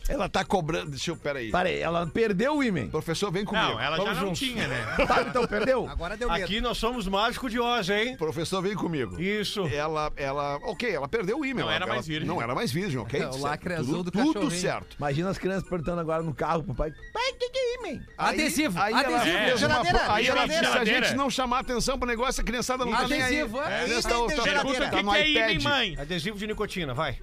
Speaker 2: Ela tá cobrando. Deixa eu. Peraí.
Speaker 3: Tá.
Speaker 5: Peraí, ela perdeu o Imen.
Speaker 2: Professor, vem comigo.
Speaker 8: Não, ela já
Speaker 6: Vamos
Speaker 8: não
Speaker 6: juntos.
Speaker 8: tinha, né?
Speaker 5: Tá, então perdeu?
Speaker 7: Agora deu medo.
Speaker 6: Aqui nós somos mágico de Oz, hein?
Speaker 2: Professor, vem comigo.
Speaker 6: Isso.
Speaker 2: Ela, ela, ok, ela perdeu o e-mail.
Speaker 8: Não era
Speaker 2: Ela-
Speaker 8: mais virgem.
Speaker 2: Não era mais virgem, ok?
Speaker 3: É, o lacre
Speaker 2: Certo,
Speaker 3: azul do
Speaker 2: tudo, Tudo
Speaker 3: cachorrinho.
Speaker 2: certo.
Speaker 5: Imagina as crianças perguntando agora no carro pro pai: Pai, o que, que é Imen?
Speaker 2: Aí-
Speaker 3: Adesivo,
Speaker 2: aí ela
Speaker 3: adesivo.
Speaker 8: É.
Speaker 2: fez uma
Speaker 7: Geladeira,
Speaker 2: pro- aí ela
Speaker 8: geladeira.
Speaker 2: disse, se a
Speaker 8: Geladeira.
Speaker 2: gente não chamar atenção pro negócio, a criançada não tá nem aí.
Speaker 3: Adesivo, é.
Speaker 2: nessa
Speaker 7: Item
Speaker 2: outra-
Speaker 7: de
Speaker 8: Pergunta
Speaker 7: geladeira.
Speaker 8: o
Speaker 2: tá
Speaker 8: que,
Speaker 2: no
Speaker 8: que é item,
Speaker 2: iPad.
Speaker 8: mãe?
Speaker 6: Adesivo de nicotina, vai.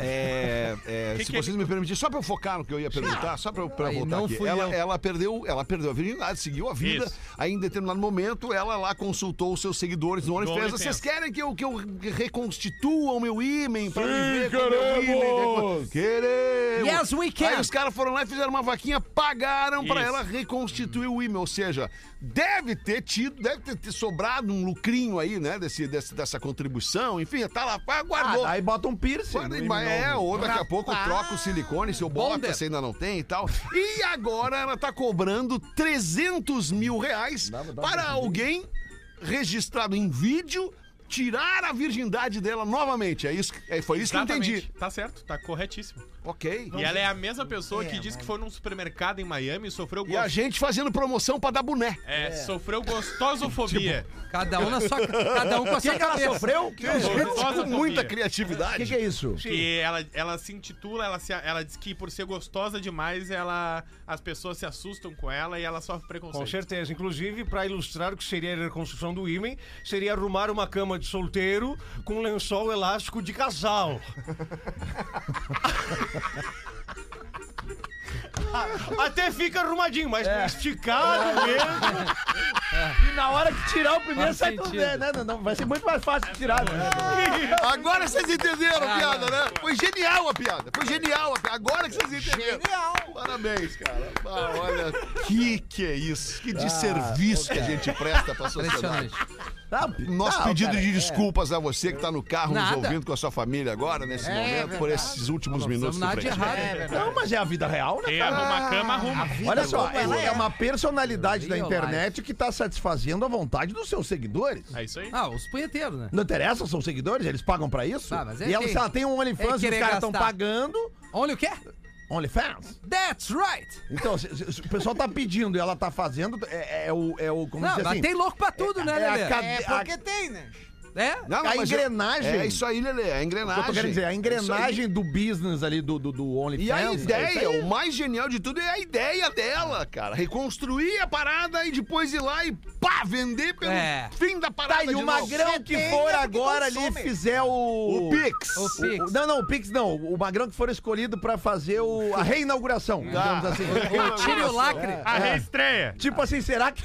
Speaker 2: É, é,
Speaker 8: Que
Speaker 2: se
Speaker 8: que é
Speaker 2: vocês me permitirem, só pra eu focar no que eu ia perguntar, só pra, eu- pra
Speaker 3: Aí,
Speaker 2: voltar
Speaker 3: não
Speaker 2: aqui.
Speaker 3: fui
Speaker 2: Ela,
Speaker 3: eu.
Speaker 2: ela perdeu, ela perdeu a virgindade, seguiu a vida.
Speaker 8: Isso.
Speaker 2: Aí, em determinado momento, ela lá consultou os seus seguidores no OnlyFans.
Speaker 8: OnlyFans.
Speaker 2: Vocês querem que eu, que eu reconstitua o meu ímen pra me ver como é o ímen? Queremos!
Speaker 3: Yes, we can.
Speaker 2: Aí os caras foram lá e fizeram uma vaquinha, pagaram pra
Speaker 8: Isso.
Speaker 2: ela reconstituir o ímen. Ou seja, deve ter tido, deve ter, ter sobrado um lucrinho aí, né? Desse, desse- dessa contribução. Enfim, tá lá, guardou.
Speaker 5: Ah, aí bota um piercing.
Speaker 2: Guarda
Speaker 5: no
Speaker 2: em-
Speaker 5: ímen
Speaker 2: mas é,
Speaker 5: novo.
Speaker 2: ou daqui a pouco troca o silicone, seu bota,
Speaker 3: Bonder.
Speaker 2: se ainda não tem e tal. E agora ela tá cobrando 300 mil reais para alguém registrado em vídeo tirar a virgindade dela novamente. É isso, que- é, foi isso que eu entendi.
Speaker 8: Tá certo, tá corretíssimo.
Speaker 2: Ok.
Speaker 8: e ela é a mesma pessoa que disse que foi num supermercado em Miami e sofreu
Speaker 2: E a
Speaker 8: gostoso.
Speaker 2: gente fazendo promoção pra dar boné.
Speaker 8: É, sofreu gostosofobia.
Speaker 3: Cada um na sua. Cada um com a sua
Speaker 5: Ela
Speaker 3: cabeça.
Speaker 5: sofreu?
Speaker 2: Tem gente
Speaker 8: Gostosa,
Speaker 2: com muita
Speaker 8: Sofia.
Speaker 5: O que,
Speaker 2: criatividade.
Speaker 5: que é isso?
Speaker 8: Que ela, ela se intitula, ela, se, ela diz que por ser gostosa demais, ela, as pessoas se assustam com ela e ela sofre preconceito.
Speaker 6: Com certeza. Inclusive, para ilustrar o que seria a reconstrução do ímen, seria arrumar uma cama de solteiro com um lençol elástico de casal. (laughs) Até fica arrumadinho, mas esticado mesmo.
Speaker 5: E na hora que tirar o primeiro,
Speaker 3: Faz
Speaker 5: sai tudo.
Speaker 3: sentido.
Speaker 5: né? Não, não, não, vai ser muito mais fácil de tirar. né?
Speaker 2: Agora vocês entenderam a piada, né? Foi genial a piada. Foi genial a piada. Agora que vocês entenderam.
Speaker 7: Genial.
Speaker 2: Parabéns, cara. Ah, olha, que que é isso? Que
Speaker 5: Ah,
Speaker 2: desserviço que a gente presta pra sociedade.
Speaker 3: Impressionante.
Speaker 5: Tá,
Speaker 2: Nosso
Speaker 5: tá,
Speaker 2: pedido
Speaker 5: cara,
Speaker 2: de
Speaker 5: é.
Speaker 2: desculpas a você que tá no carro
Speaker 3: Nada.
Speaker 2: nos ouvindo com a sua família agora,
Speaker 5: É,
Speaker 2: nesse momento, por esses últimos minutos do
Speaker 3: Não nada de
Speaker 2: prédio.
Speaker 3: errado.
Speaker 5: Não, mas é a vida real, né?
Speaker 8: Quem arruma a cama, arruma.
Speaker 5: Olha só,
Speaker 7: como ela
Speaker 5: é
Speaker 7: é.
Speaker 5: uma personalidade da
Speaker 3: Real
Speaker 5: internet que tá satisfazendo a vontade dos seus seguidores.
Speaker 8: É isso aí.
Speaker 3: Ah, os punheteiros, né?
Speaker 5: Não interessa, são seguidores, eles pagam pra isso.
Speaker 3: Ah, mas é
Speaker 5: e ela,
Speaker 3: que-
Speaker 5: se ela tem um
Speaker 3: é
Speaker 5: OnlyFans e os
Speaker 3: querer
Speaker 5: caras estão
Speaker 3: gastar.
Speaker 5: pagando,
Speaker 3: Olha o quê?
Speaker 5: OnlyFans.
Speaker 3: That's right.
Speaker 5: Então, se, se- se o pessoal tá pedindo e ela tá fazendo, é, é o, é o. Como
Speaker 3: Não,
Speaker 5: dizer
Speaker 3: mas
Speaker 5: assim?
Speaker 3: tem louco pra tudo, né,
Speaker 5: é a
Speaker 3: Lelê?
Speaker 5: cada-
Speaker 7: É porque tem, né?
Speaker 3: É?
Speaker 2: Não,
Speaker 5: A
Speaker 2: mas eu-
Speaker 5: engrenagem.
Speaker 2: É isso aí, Lelê. A
Speaker 5: O que
Speaker 2: engrenagem. É
Speaker 5: eu tô querendo dizer, a
Speaker 2: Isso aí.
Speaker 5: engrenagem do business ali do, do, do OnlyFans.
Speaker 2: tá, E a
Speaker 5: é isso aí.
Speaker 2: ideia, o mais genial de tudo é a ideia dela, cara. Reconstruir a parada e depois ir lá e pá, vender pelo
Speaker 3: É.
Speaker 2: fim da parada.
Speaker 5: Tá, e
Speaker 2: de
Speaker 5: o
Speaker 2: novo.
Speaker 5: magrão que
Speaker 7: Tem,
Speaker 5: for
Speaker 7: é porque
Speaker 5: agora ali
Speaker 7: consome.
Speaker 5: fizer o.
Speaker 2: O Pix.
Speaker 3: O
Speaker 5: O- o-
Speaker 3: Pix.
Speaker 5: não, não, o Pix não. O magrão que for escolhido pra fazer o, a
Speaker 2: Ah.
Speaker 5: reinauguração, digamos
Speaker 2: (laughs)
Speaker 5: assim.
Speaker 3: O tire o
Speaker 2: é,
Speaker 3: lacre.
Speaker 8: A reestreia.
Speaker 5: tipo assim, será que.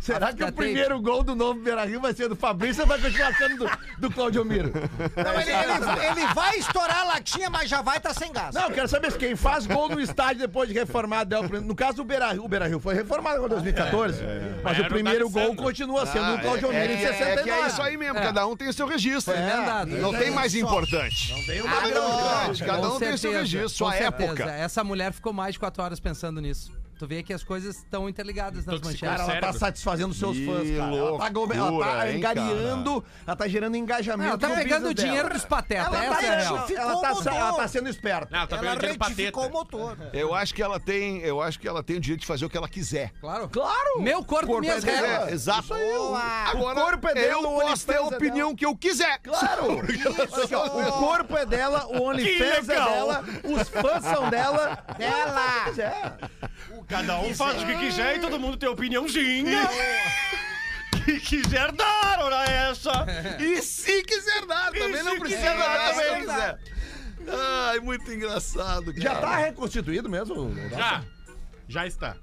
Speaker 5: Será que o
Speaker 3: Catete.
Speaker 5: primeiro gol do novo Beira Rio vai ser do Fabrício ou vai continuar sendo do, do Claudio Miro?
Speaker 7: Não, ele, ele vai- ele vai estourar a latinha, mas já vai estar sem gás.
Speaker 5: Não, eu quero saber se quem faz gol no estádio depois de reformado é o primeiro. No caso, o Beira Rio, o Beira Rio foi reformado agora em
Speaker 2: É,
Speaker 5: 2014, mas
Speaker 8: Era
Speaker 5: o
Speaker 8: o
Speaker 5: primeiro
Speaker 8: D'Alessandro.
Speaker 5: gol continua sendo
Speaker 2: Ah,
Speaker 5: do Claudio
Speaker 2: é,
Speaker 5: Miro
Speaker 2: é,
Speaker 5: em
Speaker 2: que- É, que
Speaker 5: 69.
Speaker 2: é isso aí mesmo, cada um tem o seu registro.
Speaker 3: É, andado.
Speaker 2: Não tem mais importante. Não tem o mais importante. é, Cada
Speaker 3: Com
Speaker 2: um tem o seu
Speaker 3: certeza,
Speaker 2: registro,
Speaker 3: com
Speaker 2: sua
Speaker 3: certeza.
Speaker 5: é.
Speaker 2: época.
Speaker 3: Essa mulher ficou mais de quatro horas pensando nisso. Tu vê que as coisas estão interligadas nas
Speaker 8: Intoxicada.
Speaker 5: Cara,
Speaker 3: manchetes.
Speaker 5: ela tá
Speaker 8: Cérebro.
Speaker 5: satisfazendo seus
Speaker 2: Que
Speaker 5: fãs, cara. Ela tá, go- ela
Speaker 2: loucura,
Speaker 5: tá
Speaker 2: hein,
Speaker 5: angariando, ela tá gerando engajamento.
Speaker 3: Ela tá
Speaker 5: no
Speaker 3: pegando o
Speaker 5: business
Speaker 3: dinheiro
Speaker 5: dela.
Speaker 3: dos patetas.
Speaker 7: Ela
Speaker 3: Essa
Speaker 7: tá
Speaker 3: é a real.
Speaker 7: justificando.
Speaker 5: Ela tá, sa-
Speaker 7: Mudou.
Speaker 5: ela tá sendo esperta.
Speaker 8: Não, tá
Speaker 7: ela
Speaker 8: pegando dinheiro pateta.
Speaker 7: retificou o motor.
Speaker 2: Eu acho que ela tem, eu acho que ela tem o direito de fazer o que ela quiser.
Speaker 3: Claro.
Speaker 5: Claro!
Speaker 3: Meu corpo,
Speaker 5: Corpo
Speaker 3: minhas
Speaker 5: é dela.
Speaker 3: regras.
Speaker 2: É, exato. Agora,
Speaker 5: O corpo é dela,
Speaker 2: eu
Speaker 5: o
Speaker 2: posso ter a
Speaker 5: OnlyFans é
Speaker 2: opinião que eu quiser.
Speaker 5: Claro! (laughs) Olha aqui, ó, o corpo é dela, o OnlyFans é dela, os fãs são dela. (laughs) Dela! É.
Speaker 6: Cada um faz o que quiser e todo mundo tem opiniãozinha. Que quiser dar, ora essa.
Speaker 2: E se quiser dar, também
Speaker 6: se
Speaker 2: não precisa
Speaker 6: quiser dar,
Speaker 2: dar, se
Speaker 6: também
Speaker 2: não quiser. Ai, muito engraçado, cara.
Speaker 5: Já tá reconstituído mesmo?
Speaker 8: Já. Já está.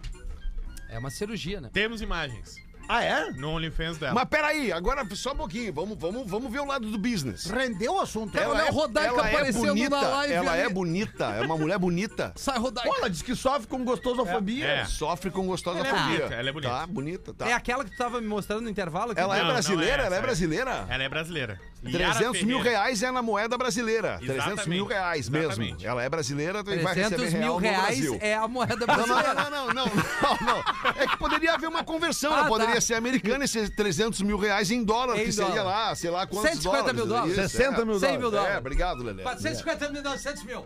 Speaker 3: É uma cirurgia, né?
Speaker 8: Temos imagens
Speaker 5: Ah, é?
Speaker 8: no OnlyFans dela.
Speaker 2: Mas peraí, agora só um pouquinho, vamos, vamos, vamos ver o lado do business.
Speaker 7: Rendeu o assunto.
Speaker 3: Ela- Olha o Rodaica aparecendo na
Speaker 2: é- bonita,
Speaker 3: live
Speaker 2: Ela
Speaker 3: ali.
Speaker 2: é bonita, é uma mulher bonita.
Speaker 3: Sai rodar.
Speaker 5: Pô, ela disse que sofre com gostosofobia.
Speaker 8: É.
Speaker 2: (laughs) Sofre com gostosa
Speaker 8: Ela é bonita, ela é bonita.
Speaker 2: Tá, bonita, tá.
Speaker 3: É aquela que tu tava me mostrando no intervalo? que
Speaker 2: Ela
Speaker 8: Não,
Speaker 2: é
Speaker 8: não
Speaker 2: brasileira,
Speaker 8: é essa,
Speaker 2: ela é
Speaker 8: é.
Speaker 2: brasileira.
Speaker 8: Ela é brasileira. Yara
Speaker 2: 300 mil
Speaker 8: Ferreira.
Speaker 2: reais é na moeda brasileira.
Speaker 8: Exatamente.
Speaker 2: 300 mil reais mesmo.
Speaker 8: Exatamente.
Speaker 2: Ela é brasileira e vai
Speaker 3: 300
Speaker 2: receber real
Speaker 3: mil
Speaker 2: no
Speaker 3: reais
Speaker 2: Brasil.
Speaker 3: é a moeda
Speaker 2: Não, não, não,
Speaker 3: brasileira.
Speaker 2: não, não, não, não, não. É que poderia haver uma conversão.
Speaker 3: Ah,
Speaker 2: ela poderia
Speaker 3: tá.
Speaker 2: ser americana e ser 300 mil reais em dólar,
Speaker 3: Em
Speaker 2: que seria
Speaker 3: dólar.
Speaker 2: lá, sei lá quantos
Speaker 3: 150 mil
Speaker 2: dólares. é
Speaker 6: é.
Speaker 3: dólares.
Speaker 2: Isso,
Speaker 5: 60 mil
Speaker 3: 100 mil
Speaker 5: dólares.
Speaker 3: dólares.
Speaker 2: É, obrigado, Lelé.
Speaker 3: 450 mil, 900 mil.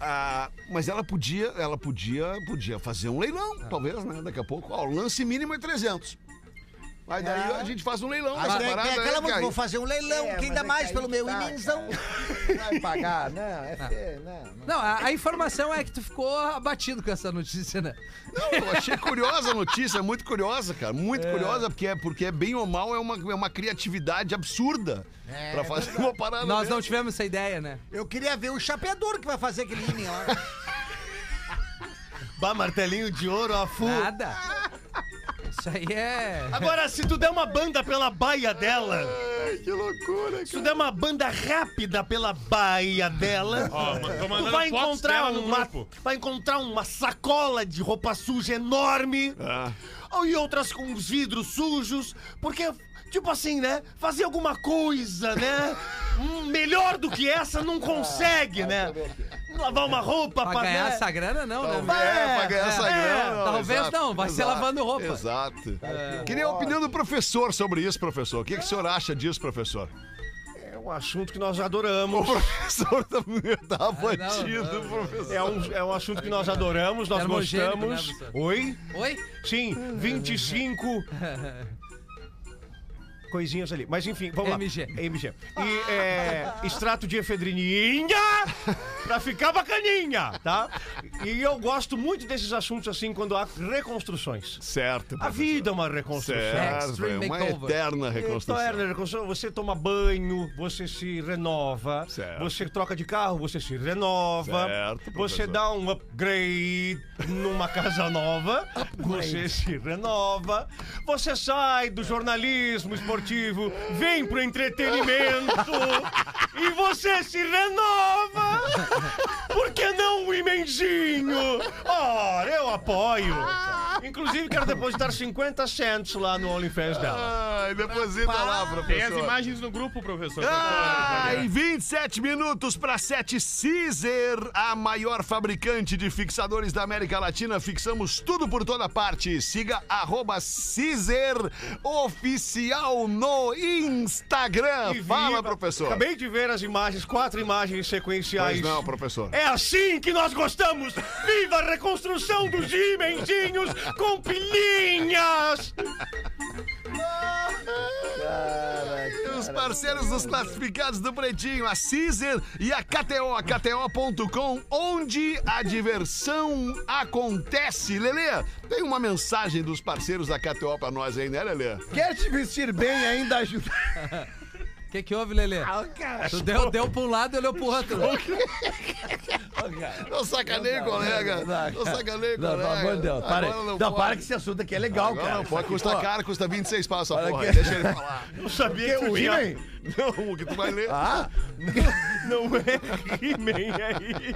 Speaker 2: Ah, mas ela podia, ela podia, podia fazer um leilão,
Speaker 3: É.
Speaker 2: talvez, né? Daqui a pouco. Ó, o lance mínimo é 300. Aí
Speaker 3: É.
Speaker 2: daí a gente faz um leilão
Speaker 7: Mas
Speaker 2: dessa
Speaker 7: tem,
Speaker 2: parada,
Speaker 7: tem
Speaker 2: né,
Speaker 7: aquela música,
Speaker 2: cara?
Speaker 7: vou fazer um leilão,
Speaker 5: É,
Speaker 7: quem
Speaker 5: mas
Speaker 7: dá
Speaker 5: é
Speaker 7: mais
Speaker 5: que
Speaker 7: pelo
Speaker 5: aí
Speaker 7: meu
Speaker 5: tá,
Speaker 7: imensão.
Speaker 5: Vai pagar, não, é feio, não. não.
Speaker 3: Não, a, a informação é que tu ficou abatido com essa notícia, né?
Speaker 2: Não, eu achei curiosa a notícia, muito curiosa, cara. Muito curiosa, porque é, porque é bem ou mal, é uma, é uma criatividade absurda pra fazer uma parada.
Speaker 3: É, Nós não
Speaker 2: dessa.
Speaker 3: tivemos essa ideia, né?
Speaker 7: Eu queria ver o chapeador que vai fazer aquele hino lá.
Speaker 6: Bah, martelinho de ouro, a fu.
Speaker 5: Ah.
Speaker 3: Nada. Isso aí é.
Speaker 6: Agora, se tu der uma banda pela baia dela,
Speaker 2: Ai, que loucura, cara.
Speaker 6: se tu der uma banda rápida pela baia dela,
Speaker 8: Ó, ma- tô
Speaker 6: tu
Speaker 8: mandando
Speaker 6: vai
Speaker 8: fotos
Speaker 6: encontrar
Speaker 8: dela
Speaker 2: um
Speaker 8: no
Speaker 6: uma,
Speaker 8: grupo.
Speaker 6: vai encontrar uma sacola de roupa suja enorme
Speaker 2: Ah.
Speaker 6: e outras com os vidros sujos, porque tipo assim, né? Fazer alguma
Speaker 8: (laughs)
Speaker 6: coisa, né? Hum, melhor do que essa não consegue, né? Lavar uma roupa
Speaker 3: Pra ganhar
Speaker 6: né?
Speaker 3: essa grana, não, né?
Speaker 2: Talvez, é, pra ganhar
Speaker 6: é,
Speaker 2: essa
Speaker 6: é.
Speaker 2: grana. não,
Speaker 3: Talvez não, vai ser lavando roupa.
Speaker 2: Exato. Queria a opinião do professor sobre isso, professor. O que, que o senhor acha disso, professor?
Speaker 6: É um assunto que nós
Speaker 2: O
Speaker 6: adoramos.
Speaker 2: professor tá, tá abatido,
Speaker 3: não,
Speaker 2: professor.
Speaker 6: É um, é um assunto que nós adoramos, nós
Speaker 3: Termogênico,
Speaker 6: gostamos.
Speaker 3: É né,
Speaker 6: Oi?
Speaker 3: Oi?
Speaker 6: Sim, 25. Coisinhas ali. Mas enfim, vamos
Speaker 3: MG.
Speaker 6: lá. MG. E é, extrato de efedrininha pra ficar bacaninha, tá? E eu gosto muito desses assuntos assim quando há reconstruções.
Speaker 2: Certo,
Speaker 6: A
Speaker 2: professor.
Speaker 6: vida é uma reconstrução.
Speaker 2: Certo, é
Speaker 3: Extreme
Speaker 2: uma
Speaker 3: makeover.
Speaker 2: eterna
Speaker 6: Então,
Speaker 2: reconstrução.
Speaker 6: Erner, reconstrução, você toma banho, você se renova,
Speaker 2: Certo.
Speaker 6: você troca de carro, você se renova,
Speaker 2: Certo,
Speaker 6: você
Speaker 2: professor.
Speaker 6: dá um upgrade numa casa nova, você se renova, você sai do jornalismo esportivo, vem pro entretenimento e você se renova. Por que não o imenzinho? Ora, eu apoio. Inclusive, quero depositar 50 cents lá no OnlyFans dela.
Speaker 2: Ai, deposita lá,
Speaker 8: Tem as
Speaker 2: professor.
Speaker 8: imagens no grupo, professor.
Speaker 2: Ah, em 27 minutos para 7, Caesar, a maior fabricante de fixadores da América Latina. Fixamos tudo por toda parte. Siga arroba Caesar Oficial no Instagram.
Speaker 6: E
Speaker 2: Fala,
Speaker 6: viva.
Speaker 2: professor.
Speaker 6: Acabei de ver as imagens, quatro imagens sequenciais.
Speaker 2: Pois não, professor.
Speaker 6: É assim que nós gostamos! Viva a reconstrução dos imenzinhos com pilinhas! É,
Speaker 2: Os parceiros dos classificados do Pretinho, a Caesar e a KTO, a KTO.com, onde a diversão acontece. Lelê, tem uma mensagem dos parceiros da KTO pra nós aí, né, Lelê?
Speaker 5: Quer te vestir bem e ainda ajuda.
Speaker 6: (laughs)
Speaker 3: O que, que houve, Lelê?
Speaker 6: Ah,
Speaker 3: Tu deu, deu pra um lado e olhou pro outro.
Speaker 2: Eu sacanei, colega. Eu sacanei,
Speaker 5: Não, pelo
Speaker 2: colega.
Speaker 5: amor de Deus, para aí.
Speaker 2: Agora
Speaker 5: Não,
Speaker 2: pode.
Speaker 5: para que esse assunto aqui é legal,
Speaker 2: Agora
Speaker 5: cara.
Speaker 2: não pode.
Speaker 5: Isso aqui,
Speaker 2: Custa
Speaker 5: ó,
Speaker 2: caro, custa 26 pau essa
Speaker 5: Olha
Speaker 2: porra. aí.
Speaker 5: aqui.
Speaker 2: Deixa ele falar.
Speaker 6: Eu sabia
Speaker 5: Porque
Speaker 6: que
Speaker 5: o
Speaker 6: o dia...
Speaker 5: Imen,
Speaker 2: Não, o que tu vai ler.
Speaker 5: ah,
Speaker 6: não é Imen, é Imen.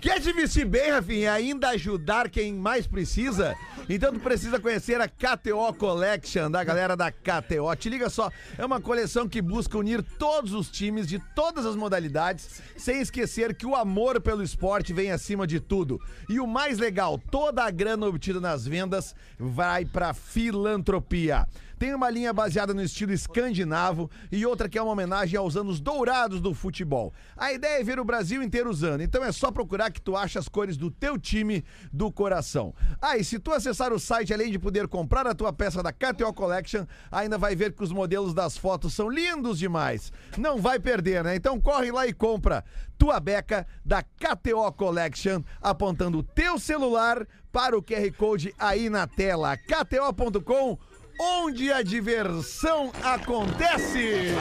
Speaker 5: quer te vestir bem, Rafinha, e ainda ajudar quem mais precisa? Então tu precisa conhecer a KTO Collection da galera da KTO. Te liga só, é uma coleção que busca unir todos os times de todas as modalidades, sem esquecer que o amor pelo esporte vem acima de tudo. E o mais legal, toda a grana obtida nas vendas vai pra filantropia. Tem uma linha baseada no estilo escandinavo e outra que é uma homenagem aos anos dourados do futebol. A ideia é ver o Brasil inteiro usando, então é só procurar que tu acha as cores do teu time do coração. Ah, e se tu acessar o site, além de poder comprar a tua peça da KTO Collection, ainda vai ver que os modelos das fotos são lindos demais. Não vai perder, né? Então corre lá e compra tua beca da KTO Collection, apontando o teu celular para o QR Code aí na tela. KTO.com onde a diversão acontece.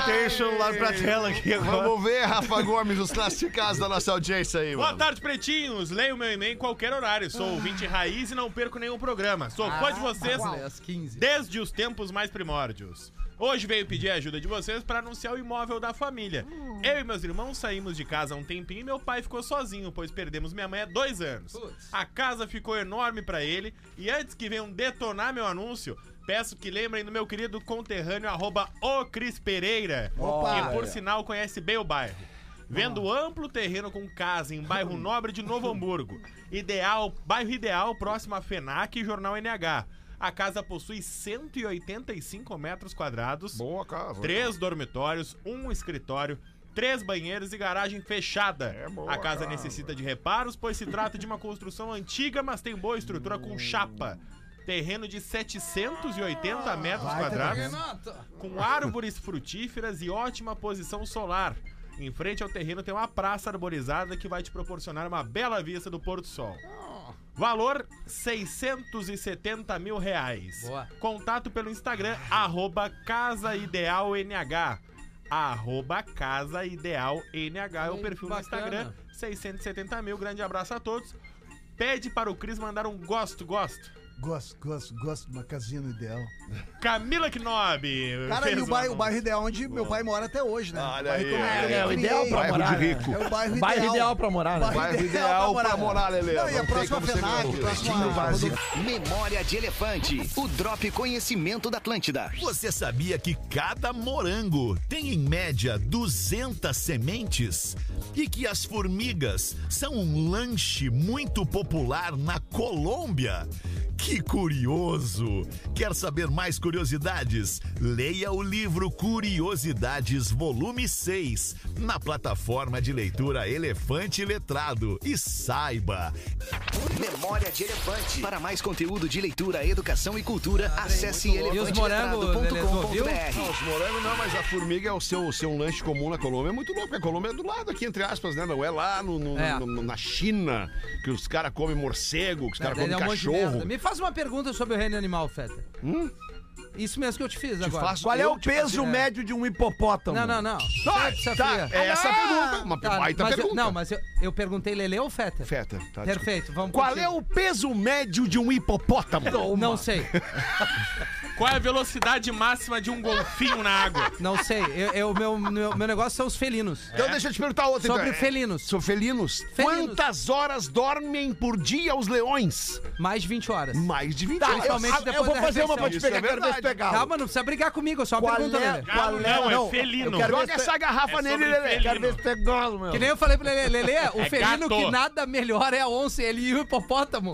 Speaker 6: Contei o celular pra tela aqui agora.
Speaker 2: Vamos ver, Rafa Gomes, os classificados da nossa audiência aí,
Speaker 8: Boa
Speaker 2: mano.
Speaker 8: tarde, pretinhos. Leio meu e-mail em qualquer horário. Sou ouvinte raiz e não perco nenhum programa. Sou fã
Speaker 2: Ah,
Speaker 8: de vocês
Speaker 2: tá
Speaker 3: Às 15.
Speaker 8: desde os tempos mais primórdios. Hoje veio pedir a ajuda de vocês para anunciar o imóvel da família. Eu e meus irmãos saímos de casa há um tempinho e meu pai ficou sozinho, pois perdemos minha mãe há dois anos.
Speaker 3: Putz.
Speaker 8: A casa ficou enorme para ele e antes que venham detonar meu anúncio, peço que lembrem do meu querido conterrâneo arroba o Cris Pereira, que por sinal conhece bem o bairro. Vendo
Speaker 2: Ah.
Speaker 8: amplo terreno com casa em um bairro nobre de Novo Hamburgo, ideal, bairro ideal próximo à FENAC e Jornal NH. A casa possui 185 metros quadrados,
Speaker 2: Boa casa.
Speaker 8: três dormitórios, um escritório, três banheiros e garagem fechada.
Speaker 2: É boa
Speaker 8: a casa
Speaker 2: casa.
Speaker 8: necessita de reparos, pois se trata de uma construção antiga, mas tem boa estrutura com chapa. Terreno de 780 metros
Speaker 3: Tá?
Speaker 8: quadrados, com árvores frutíferas e ótima posição solar. Em frente ao terreno tem uma praça arborizada que vai te proporcionar uma bela vista do pôr do sol. Valor 670 mil reais.
Speaker 3: Boa.
Speaker 8: Contato pelo Instagram, arroba CasaIdealNH. Arroba CasaIdealNH é o
Speaker 3: Ei,
Speaker 8: perfil no
Speaker 3: Hum, bacana.
Speaker 8: Instagram. 670 mil, grande abraço a todos. Pede para o Cris mandar um gosto, gosto.
Speaker 9: Gosto, gosto, gosto de uma casinha no ideal.
Speaker 8: Camila Knob.
Speaker 9: Cara,
Speaker 8: fez um
Speaker 9: e o
Speaker 8: uma-
Speaker 9: bairro, o bairro ideal é onde meu pai mora até hoje, né?
Speaker 2: Olha
Speaker 9: O bairro
Speaker 2: aí,
Speaker 9: que eu-
Speaker 2: olha aí.
Speaker 9: eu
Speaker 2: É o
Speaker 9: criei.
Speaker 2: ideal pra
Speaker 9: É
Speaker 2: morar, né?
Speaker 9: o bairro ideal.
Speaker 5: Bairro ideal pra morar, né?
Speaker 2: Bairro ideal pra morar, Lelê.
Speaker 9: Não, e a
Speaker 2: Não tem
Speaker 9: próxima
Speaker 2: como ser melhor
Speaker 9: FENAC,
Speaker 2: que
Speaker 9: próxima... rodovia-
Speaker 4: Memória de elefante. O drop conhecimento da Atlântida.
Speaker 10: Você sabia que cada morango tem em média 200 sementes? E que as formigas são um lanche muito popular na Colômbia? Que curioso! Quer saber mais curiosidades? Leia o livro Curiosidades, volume 6, na plataforma de leitura Elefante Letrado. E saiba,
Speaker 4: Memória de elefante. Para mais conteúdo de leitura, educação e cultura, acesse
Speaker 3: morangos, Lelê,
Speaker 4: elefanteletrado.com.br.
Speaker 2: Os morangos não, mas a formiga é o seu, o seu lanche comum na Colômbia. É muito louco, porque a Colômbia é do lado aqui, entre aspas, né? Não é lá no, no-
Speaker 3: É.
Speaker 2: no- na China que os caras comem morcego, que os caras
Speaker 3: Daí
Speaker 2: comem
Speaker 3: dá um monte de
Speaker 2: cachorro. Hum?
Speaker 3: merda. Me faz uma pergunta sobre o reino animal, Feta. Isso mesmo que eu te fiz agora.
Speaker 2: faço-
Speaker 5: Qual é
Speaker 2: Eu
Speaker 5: o peso
Speaker 3: fazer-
Speaker 5: médio de um hipopótamo?
Speaker 3: Não, não, não.
Speaker 2: Tá,
Speaker 3: Feta,
Speaker 2: tá,
Speaker 3: Safia.
Speaker 2: é essa a pergunta. Uma
Speaker 3: Tá,
Speaker 2: baita
Speaker 3: mas eu-
Speaker 2: pergunta.
Speaker 3: não, mas eu, eu perguntei Lele ou Feta?
Speaker 2: Feta, tá,
Speaker 3: Perfeito, vamos
Speaker 5: Qual
Speaker 3: contigo.
Speaker 5: é o peso médio de um hipopótamo?
Speaker 3: Não sei,
Speaker 8: Qual é a velocidade máxima de um golfinho na água?
Speaker 3: não sei. Eu, eu- meu, meu, meu negócio são os felinos.
Speaker 2: Então deixa eu te perguntar outra.
Speaker 3: Sobre
Speaker 2: então. É,
Speaker 3: felinos.
Speaker 2: Sobre felinos.
Speaker 3: Felinos.
Speaker 2: Quantas horas dormem por dia os leões?
Speaker 3: Mais de 20 horas.
Speaker 2: Mais de 20
Speaker 3: Tá,
Speaker 5: ah,
Speaker 3: eu-
Speaker 2: horas.
Speaker 3: Principalmente depois da refeição.
Speaker 5: te
Speaker 2: Isso é verdade.
Speaker 5: galo.
Speaker 3: Calma, não precisa brigar comigo, é só uma
Speaker 5: Qual
Speaker 3: pergunta, Ah,
Speaker 5: é,
Speaker 3: Lele.
Speaker 5: qual é,
Speaker 8: Galo não, é
Speaker 5: não,
Speaker 8: felino.
Speaker 5: Eu quero
Speaker 2: Joga
Speaker 5: ver se tu é-
Speaker 2: essa garrafa
Speaker 8: É
Speaker 2: nele,
Speaker 8: sobre
Speaker 2: Lelê.
Speaker 8: felino.
Speaker 5: quero ver se tu é galo, meu.
Speaker 3: Que nem eu falei pra Lelê, Lelê, o
Speaker 8: É
Speaker 3: felino
Speaker 8: gato.
Speaker 3: que nada melhor é a onça, ele e o hipopótamo.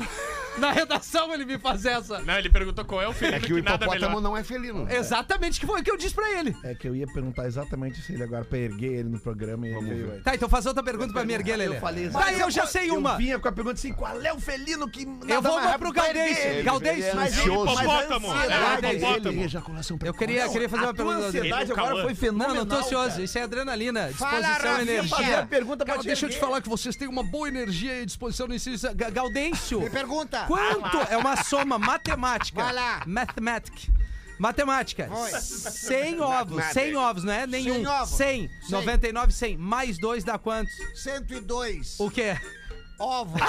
Speaker 3: Na redação ele me faz essa.
Speaker 8: Não, ele perguntou qual é o felino
Speaker 2: É
Speaker 8: que,
Speaker 2: que o
Speaker 8: nada
Speaker 2: hipopótamo
Speaker 8: melhor.
Speaker 2: não é felino.
Speaker 3: Exatamente, que foi o que eu disse pra ele.
Speaker 5: É que eu ia perguntar exatamente se ele agora pra erguer ele no programa e ele veio antes.
Speaker 3: Tá, então faz outra pergunta pra me erguer, Lelê.
Speaker 5: falei
Speaker 3: Tá, eu já sei uma.
Speaker 5: Eu vinha com a pergunta assim, qual é o felino que nada
Speaker 3: Eu vou
Speaker 5: mais
Speaker 3: vou
Speaker 5: rápido
Speaker 3: pro
Speaker 5: pra
Speaker 3: Galdês.
Speaker 5: erguer?
Speaker 3: Galdês.
Speaker 5: Mas
Speaker 8: É
Speaker 5: eu-
Speaker 8: o
Speaker 5: mas a
Speaker 8: hipopótamo.
Speaker 5: ansiedade
Speaker 8: É o hipopótamo.
Speaker 5: dele, ejaculação
Speaker 3: Eu queria, queria fazer
Speaker 5: A
Speaker 3: uma
Speaker 5: tua
Speaker 3: pergunta. Lelê.
Speaker 5: ansiedade
Speaker 8: Ele
Speaker 5: agora
Speaker 8: calma.
Speaker 5: foi
Speaker 3: Não,
Speaker 5: fenomenal.
Speaker 3: não tô ansioso.
Speaker 5: cara.
Speaker 3: Isso é adrenalina,
Speaker 5: Fala,
Speaker 3: disposição
Speaker 5: Rafinha,
Speaker 3: energia.
Speaker 5: fazer a pergunta pra
Speaker 3: Cara,
Speaker 5: te
Speaker 3: deixa eu te
Speaker 5: erguer.
Speaker 3: falar que vocês têm uma boa energia e disposição nesse. Ga- Gaudêncio!
Speaker 7: Me pergunta.
Speaker 3: Quanto? É uma soma matemática.
Speaker 7: Vai lá.
Speaker 3: Mathematic. Matemática.
Speaker 7: Vai.
Speaker 3: 100 ovos. 100 ovos, não é nenhum. 100.
Speaker 7: ovos. 100.
Speaker 3: 99, 100. Mais 2 dá quantos?
Speaker 7: 102
Speaker 3: O quê?
Speaker 7: ovos.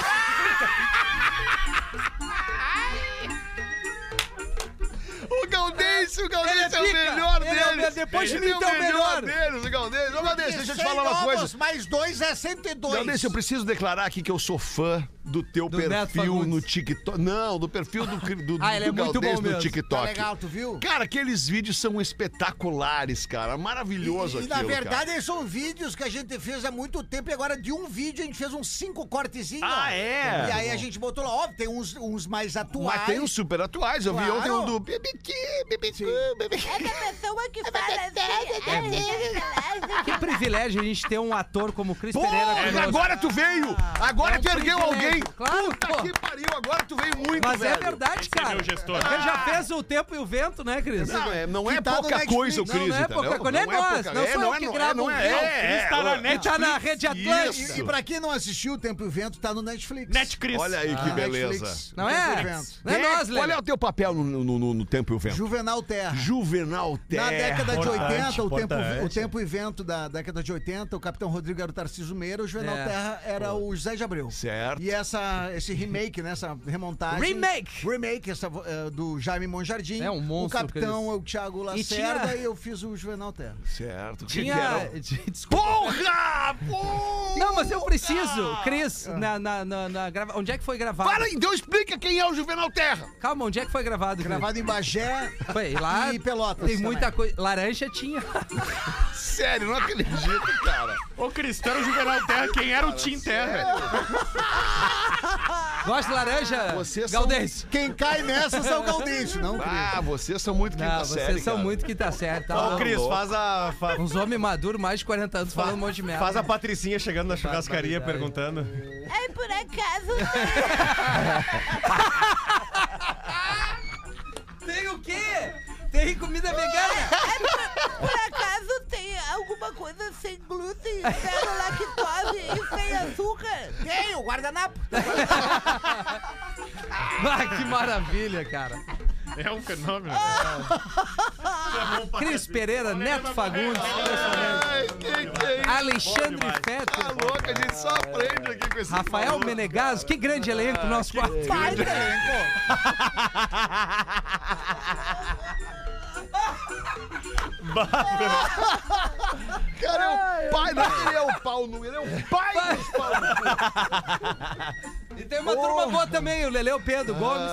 Speaker 2: O Galdêncio, o Galdêncio
Speaker 3: Ele
Speaker 2: é o
Speaker 3: é pica.
Speaker 2: melhor
Speaker 3: Ele é o
Speaker 2: deles.
Speaker 3: melhor. Depois de
Speaker 2: Ele
Speaker 3: mim, tu é o melhor.
Speaker 2: deles, o Galdêncio. Ô, Galdêncio, deixa eu te
Speaker 7: Cem
Speaker 2: falar uma
Speaker 7: ovos
Speaker 2: coisa.
Speaker 7: mais dois é 102.
Speaker 2: Galdêncio, eu preciso declarar aqui que eu sou fã do teu
Speaker 3: Do Neto
Speaker 2: perfil
Speaker 3: Fagundes.
Speaker 2: no TikTok. Não, do perfil do, do,
Speaker 3: (laughs) Ah, ele
Speaker 2: do
Speaker 3: é muito
Speaker 2: Galdêncio
Speaker 3: bom
Speaker 2: no
Speaker 3: mesmo.
Speaker 2: TikTok.
Speaker 7: Tá legal, tu viu?
Speaker 2: Cara, aqueles vídeos são espetaculares, cara. Maravilhoso
Speaker 7: E, e
Speaker 2: aquilo,
Speaker 7: na
Speaker 2: cara.
Speaker 7: verdade, eles são vídeos que a gente fez há muito tempo e agora de um vídeo a gente fez uns cinco cortezinhos.
Speaker 8: Ah, é?
Speaker 7: E aí a gente botou lá, óbvio, tem uns, uns mais atuais.
Speaker 2: Tá Mas tem os super atuais. Eu vi
Speaker 7: Claro.
Speaker 2: ontem um do Bibiqui, Bibiqui, Bibiqui.
Speaker 11: pessoa É
Speaker 12: É
Speaker 11: que fala
Speaker 12: né?"
Speaker 11: assim.
Speaker 3: Que privilégio a gente ter um ator como o Cris Pereira
Speaker 2: Porra,
Speaker 3: conosco.
Speaker 2: agora tu veio! Agora
Speaker 3: É um
Speaker 2: tu ergueu
Speaker 3: privilégio.
Speaker 2: alguém!
Speaker 3: Claro,
Speaker 2: Puta
Speaker 3: pô.
Speaker 2: que pariu, agora tu veio muito,
Speaker 3: Mas
Speaker 2: velho.
Speaker 3: é verdade,
Speaker 8: Esse é
Speaker 3: cara.
Speaker 8: meu gestor.
Speaker 3: Ele já fez o tempo e o vento, né, Cris?
Speaker 2: Não, é, não é
Speaker 7: tá no
Speaker 2: pouca
Speaker 7: Netflix.
Speaker 2: coisa o
Speaker 3: Não,
Speaker 2: Cris,
Speaker 3: não é
Speaker 2: entendeu?
Speaker 3: pouca coisa, não é nós, não sou eu que
Speaker 2: não
Speaker 3: gravo
Speaker 2: não
Speaker 3: um
Speaker 2: é,
Speaker 3: vídeo.
Speaker 2: é,
Speaker 8: Cris tá na
Speaker 2: é.
Speaker 8: net.
Speaker 3: Tá na Rede Atlântica.
Speaker 2: Isso.
Speaker 7: E, e pra quem não assistiu o Tempo e o Vento, tá no Netflix.
Speaker 8: Netcris.
Speaker 2: Olha aí que
Speaker 7: Ah,
Speaker 2: beleza.
Speaker 7: Netflix,
Speaker 3: Não
Speaker 7: o Tempo
Speaker 3: é?
Speaker 7: e o Vento.
Speaker 3: Não é
Speaker 2: Quem
Speaker 3: nós,
Speaker 2: Qual
Speaker 3: Lelê.
Speaker 2: é o teu papel no, no- no- no Tempo e o Vento?
Speaker 7: Juvenal Terra.
Speaker 2: Juvenal Terra.
Speaker 7: Na década de
Speaker 6: É, Importante,
Speaker 7: 80, o tempo, o
Speaker 6: importante.
Speaker 7: tempo e vento da década de 80, o Capitão Rodrigo era o Tarcísio Meira, o Juvenal
Speaker 3: É.
Speaker 7: Terra era o José de Abreu.
Speaker 2: Certo.
Speaker 7: E essa, esse remake, né, essa remontagem.
Speaker 3: Remake!
Speaker 7: Remake, essa, eh, do Jaime Monjardim.
Speaker 3: É um monstro,
Speaker 7: O Capitão
Speaker 3: aqueles-
Speaker 7: é o Thiago Lacerda e,
Speaker 3: tinha-
Speaker 7: eu fiz o Juvenal Terra.
Speaker 2: Certo. assim, Que que
Speaker 3: Tinha.
Speaker 2: era? um (laughs)
Speaker 3: Desculpa.
Speaker 2: Porra! Porra!
Speaker 3: Não, mas eu preciso, Cris, na, na, na, na grava... onde é que foi gravado?
Speaker 2: Fala, então explica quem é o Juvenal Terra.
Speaker 3: Calma, onde é que foi gravado, Cris?
Speaker 7: Gravado em Bagé, É.
Speaker 3: Foi, e lá
Speaker 7: E Pelotas
Speaker 3: tem
Speaker 7: também.
Speaker 3: muita coisa. Laranja tinha. (laughs)
Speaker 2: Sério, não acredito, cara. É,
Speaker 8: Ô, Cristão era o Juvenal Terra, quem era o Tim Terra?
Speaker 3: Gosta de laranja?
Speaker 2: Vocês são-
Speaker 3: Galdense.
Speaker 9: Quem cai nessa são Galdense, não Cris.
Speaker 2: Ah, vocês são muito quinta
Speaker 3: Não, vocês
Speaker 2: série,
Speaker 3: são
Speaker 2: cara.
Speaker 3: muito que tá certo. Tá
Speaker 6: Ô,
Speaker 3: bom.
Speaker 6: Cris, faz a. fa-
Speaker 3: Uns homens maduros, mais de 40 anos, falando um monte de merda.
Speaker 6: Faz a Patricinha chegando na churrascaria perguntando.
Speaker 11: Ai, por acaso.
Speaker 3: Tem o quê? Tem comida vegana?
Speaker 11: Por acaso tem alguma coisa sem glúten, zero lactose e sem açúcar?
Speaker 7: Tem o guardanapo.
Speaker 3: (laughs) Ah, que maravilha, cara.
Speaker 8: É um
Speaker 3: (laughs)
Speaker 8: fenômeno. é
Speaker 3: Cris Pereira, Neto Fagundes,
Speaker 2: Ai, que que é isso?
Speaker 3: Alexandre
Speaker 2: Tá
Speaker 3: Fetter,
Speaker 2: louco, a gente só aprende aqui com esse
Speaker 3: Rafael Menegaso. Que grande elenco, nosso quarto. né?
Speaker 7: Baita elenco.
Speaker 2: Cara, é o pai da... Ele é o pau no... Ele é o pai dos pau no cu.
Speaker 3: E tem uma turma boa também, o Leleu Pedro Gomes,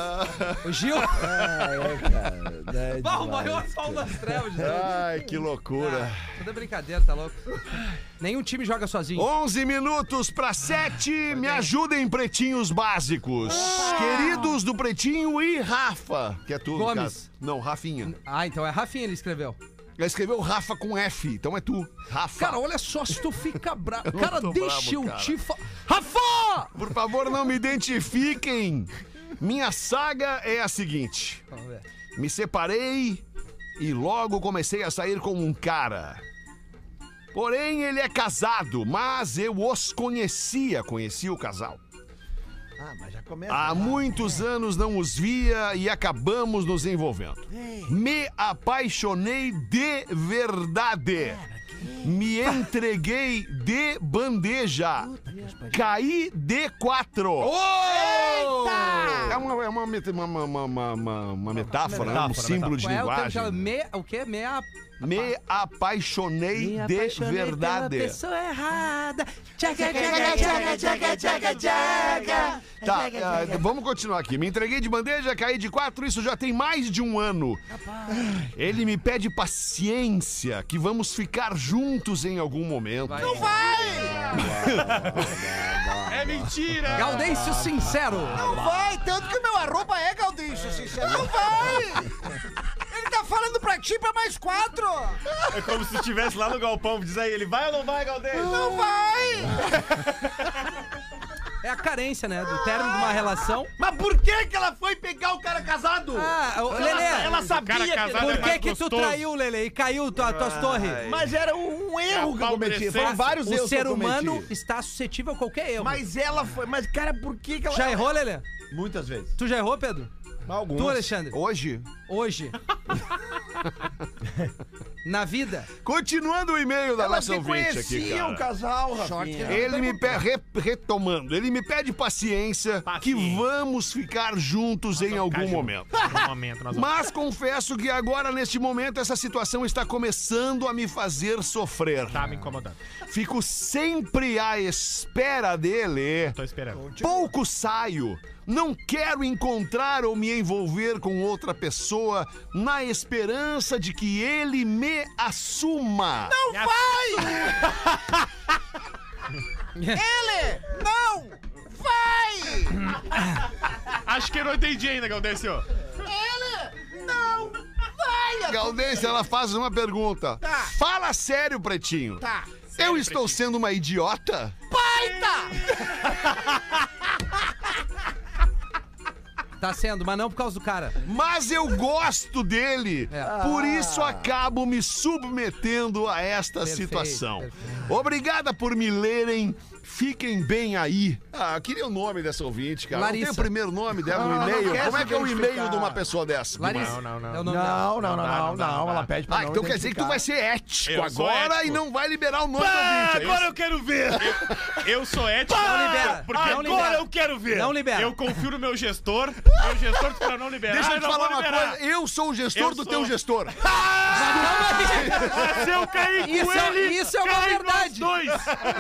Speaker 2: (laughs)
Speaker 3: o Gil.
Speaker 2: É,
Speaker 3: (laughs) Bah, o maior sol das trevas. gente.
Speaker 2: Ai, que loucura.
Speaker 3: Tudo é brincadeira, tá louco? Nenhum time joga sozinho.
Speaker 2: 11 minutos para 7. Me ajudem, pretinhos básicos.
Speaker 3: Ah.
Speaker 2: Queridos do Pretinho e Rafa. Que é tu, no
Speaker 3: Gomes.
Speaker 2: caso. Não, Rafinha.
Speaker 3: Ah, então é Rafinha ele escreveu.
Speaker 2: Ela escreveu Rafa com F, então é tu. Rafa.
Speaker 3: Cara, olha só se tu fica bravo.
Speaker 2: não
Speaker 3: Cara,
Speaker 2: tô
Speaker 3: deixa
Speaker 2: bravo,
Speaker 3: eu
Speaker 2: cara.
Speaker 3: te falar. Rafa!
Speaker 2: Por favor, não me identifiquem. Minha saga é a seguinte:
Speaker 3: Vamos ver.
Speaker 2: me separei e logo comecei a sair com um cara. Porém, ele é casado, mas eu os conhecia, conheci o casal.
Speaker 7: Ah, mas já começa.
Speaker 2: Há muitos anos não os via e acabamos nos envolvendo. Me apaixonei de verdade. Me entreguei de bandeja. Caí de quatro. É uma, é uma, meta- uma, uma, uma, uma- uma- uma metáfora, né? um símbolo de
Speaker 3: Qual é o tempo que
Speaker 2: linguagem.
Speaker 3: ela- me, o quê? Meia.
Speaker 2: Me apaixonei de verdade.
Speaker 3: pessoa errada. Tchaca,
Speaker 11: Tchaca, tchaca, tchaca, tchaca, tchaca.
Speaker 2: Tá, ah, vamos continuar aqui. Me entreguei de bandeja, caí de quatro, isso já tem mais de um ano. Ele me pede paciência, que vamos ficar juntos em algum momento. Não vai.
Speaker 8: É mentira!
Speaker 3: Gaudêncio sincero.
Speaker 7: Não vai, tanto que o meu arroba é Galdinho, sincero. Não vai! Ele tá falando pra ti pra mais quatro!
Speaker 6: É como se estivesse lá no galpão. Diz aí, ele vai ou não vai, Galdês?
Speaker 8: Ah.
Speaker 7: Não vai!
Speaker 3: É a carência, né? Do término de uma relação.
Speaker 5: Mas por que que ela foi pegar o cara casado?
Speaker 3: Ah, ô, Lelê.
Speaker 5: ela sabia
Speaker 8: cara
Speaker 5: que...
Speaker 8: casado é
Speaker 3: Por que
Speaker 8: mais
Speaker 3: que tu
Speaker 8: gostoso.
Speaker 3: traiu, Lele, e caiu tua, tuas torres?
Speaker 5: Mas era um erro que eu
Speaker 8: Pau
Speaker 5: cometi.
Speaker 8: crescente.
Speaker 5: Foram vários erros
Speaker 3: o
Speaker 5: que
Speaker 3: ser
Speaker 5: eu cometi.
Speaker 3: humano está suscetível a qualquer erro.
Speaker 5: Mas ela foi... Mas, cara, por que que ela...
Speaker 3: Já é errou, Lelê?
Speaker 5: Muitas vezes.
Speaker 3: Tu já errou, Pedro?
Speaker 6: Alguns.
Speaker 3: Tu, Alexandre?
Speaker 2: Hoje.
Speaker 3: Hoje. Na vida.
Speaker 2: Continuando o e-mail da
Speaker 5: Ela
Speaker 2: nossa
Speaker 5: se
Speaker 2: ouvinte aqui,
Speaker 5: conhecia
Speaker 2: cara.
Speaker 5: o casal,
Speaker 3: né?
Speaker 5: Rafinha.
Speaker 2: Ele me pe- re- retomando, ele me pede paciência, que
Speaker 8: Paciência.
Speaker 2: vamos ficar juntos em algum momento.
Speaker 8: Um momento, nós vamos...
Speaker 2: Mas confesso que agora, neste momento, essa situação está começando a me fazer sofrer.
Speaker 8: Tá me incomodando.
Speaker 2: Fico sempre à espera dele.
Speaker 8: Tô esperando.
Speaker 2: Pouco saio. Não quero encontrar ou me envolver com outra pessoa na esperança de que ele me assuma. Não
Speaker 7: Ele não vai!
Speaker 8: Acho que eu não entendi ainda, Gaudêncio.
Speaker 7: Ele não vai!
Speaker 2: Gaudêncio, ela faz uma pergunta.
Speaker 7: Tá.
Speaker 2: Fala sério, Pretinho.
Speaker 7: Tá.
Speaker 2: Eu estou sendo uma idiota?
Speaker 7: Baita!
Speaker 3: Tá sendo, mas não por causa do cara.
Speaker 2: Mas eu gosto dele.
Speaker 3: É.
Speaker 2: Por isso acabo me submetendo a esta
Speaker 3: Perfeito,
Speaker 2: situação.
Speaker 3: perfeito.
Speaker 2: Obrigada por me lerem. Fiquem bem aí. Ah, queria o nome dessa ouvinte, cara. Não
Speaker 3: Larissa.
Speaker 2: tem o primeiro nome dela
Speaker 5: Não,
Speaker 2: no
Speaker 5: não
Speaker 2: e-mail.
Speaker 5: quer
Speaker 2: Como é
Speaker 5: se
Speaker 2: que é o e-mail
Speaker 5: identificar.
Speaker 2: de uma pessoa dessa?
Speaker 3: Larissa.
Speaker 8: Não, não, não.
Speaker 3: É o nome dela.
Speaker 5: Não, não, não,
Speaker 8: dá,
Speaker 5: não,
Speaker 8: não dá,
Speaker 5: não.
Speaker 8: não
Speaker 5: Ela
Speaker 8: dá.
Speaker 5: pede pra
Speaker 2: Ah,
Speaker 5: não
Speaker 2: então quer dizer que tu vai ser ético
Speaker 8: Eu sou
Speaker 2: agora
Speaker 8: ético.
Speaker 2: e não vai liberar o nome
Speaker 6: Ah,
Speaker 2: do ouvinte. é
Speaker 6: agora eu quero ver!
Speaker 8: Eu sou ético.
Speaker 3: Não libera,
Speaker 8: Porque
Speaker 3: não
Speaker 8: agora
Speaker 3: libera.
Speaker 8: eu quero ver.
Speaker 3: Não libera.
Speaker 8: Eu confio no meu gestor. Meu gestor disse pra não liberar.
Speaker 2: Deixa eu
Speaker 8: eu
Speaker 2: te
Speaker 8: não
Speaker 2: falar
Speaker 8: vou
Speaker 2: uma
Speaker 8: liberar.
Speaker 2: coisa. Eu sou o gestor
Speaker 8: Eu
Speaker 2: do
Speaker 8: sou.
Speaker 2: teu gestor.
Speaker 8: Se eu cair com
Speaker 3: é- Isso é-
Speaker 8: ele,
Speaker 3: isso é uma
Speaker 8: cai nós
Speaker 3: verdade.
Speaker 8: dois.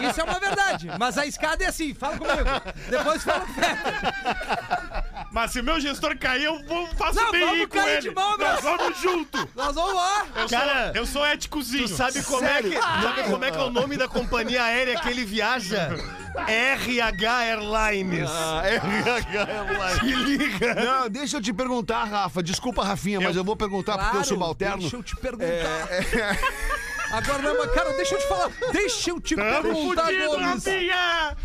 Speaker 3: Isso é uma verdade. Mas a escada é assim. Fala comigo. Depois fala com o Fetter.
Speaker 8: Mas se meu gestor cair, eu vou faço
Speaker 3: Não,
Speaker 8: DI
Speaker 3: vamos
Speaker 8: com
Speaker 3: cair
Speaker 8: ele.
Speaker 3: de mão,
Speaker 8: Nós
Speaker 3: meu.
Speaker 8: vamos junto.
Speaker 3: Nós vamos lá.
Speaker 8: Eu
Speaker 6: Cara,
Speaker 8: sou, eu sou éticozinho.
Speaker 6: Tu sabe como é, que, sabe como é que é o nome da companhia aérea que ele viaja? RH Airlines.
Speaker 2: Ah, RH Airlines.
Speaker 6: Se liga.
Speaker 2: Não, deixa eu te perguntar, Rafa. Desculpa, Rafinha, mas eu vou perguntar Ah, porque eu
Speaker 3: Claro,
Speaker 2: sou subalterno.
Speaker 3: Deixa eu te perguntar. (laughs) Agora não, mas cara, deixa eu te falar. Deixa eu te perguntar, Gomes.
Speaker 8: Rafinha!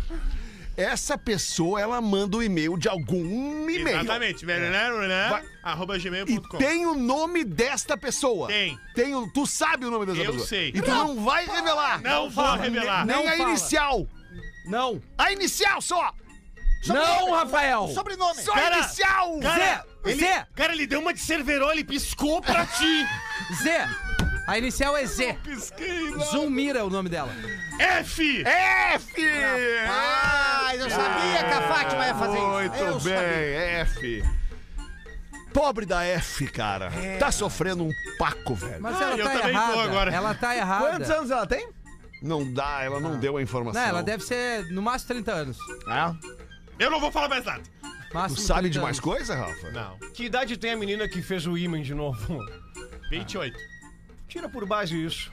Speaker 2: Essa pessoa, ela manda o e-mail de algum e-mail.
Speaker 8: Exatamente. né?
Speaker 2: Vai.
Speaker 8: Arroba
Speaker 2: E
Speaker 8: gmail.com.
Speaker 2: tem o nome desta pessoa.
Speaker 8: Tem.
Speaker 2: Tem o- tu sabe o nome dessa
Speaker 8: Eu
Speaker 2: pessoa.
Speaker 8: sei.
Speaker 2: E tu não vai revelar.
Speaker 8: Não vou
Speaker 3: fala,
Speaker 8: revelar.
Speaker 2: Nem
Speaker 3: Não
Speaker 2: a
Speaker 3: fala.
Speaker 2: inicial.
Speaker 3: Não.
Speaker 2: A inicial só.
Speaker 3: Não, Rafael.
Speaker 9: Sobrenome.
Speaker 2: Só a inicial.
Speaker 6: Cara,
Speaker 3: Zé,
Speaker 6: ele,
Speaker 3: Zé.
Speaker 6: cara, ele deu uma de cerveró, ele piscou pra ti.
Speaker 3: Z. A inicial é Z. Zulmira é o nome dela.
Speaker 8: F!
Speaker 2: F! Ah,
Speaker 9: Mas eu sabia que a Fátima ia fazer
Speaker 2: Muito
Speaker 9: isso. Eu
Speaker 2: bem, F. Pobre da F, cara.
Speaker 9: É.
Speaker 2: Tá sofrendo um paco, velho.
Speaker 3: Mas ela
Speaker 8: eu
Speaker 3: tá
Speaker 8: também tô
Speaker 3: errada.
Speaker 8: agora.
Speaker 3: Ela tá errada.
Speaker 5: Quantos anos ela tem?
Speaker 2: Não dá, ela
Speaker 9: Ah.
Speaker 2: não deu a
Speaker 3: Não,
Speaker 2: informação.
Speaker 3: ela deve ser no máximo 30 anos.
Speaker 2: É?
Speaker 8: (laughs) Eu não vou falar mais nada.
Speaker 2: Tu
Speaker 3: Máximo
Speaker 2: sabe
Speaker 3: 30
Speaker 2: de mais
Speaker 3: anos.
Speaker 2: coisa, Rafa?
Speaker 8: Não.
Speaker 6: Que idade tem a menina que fez o imã de novo?
Speaker 8: 28.
Speaker 6: Tira por base isso.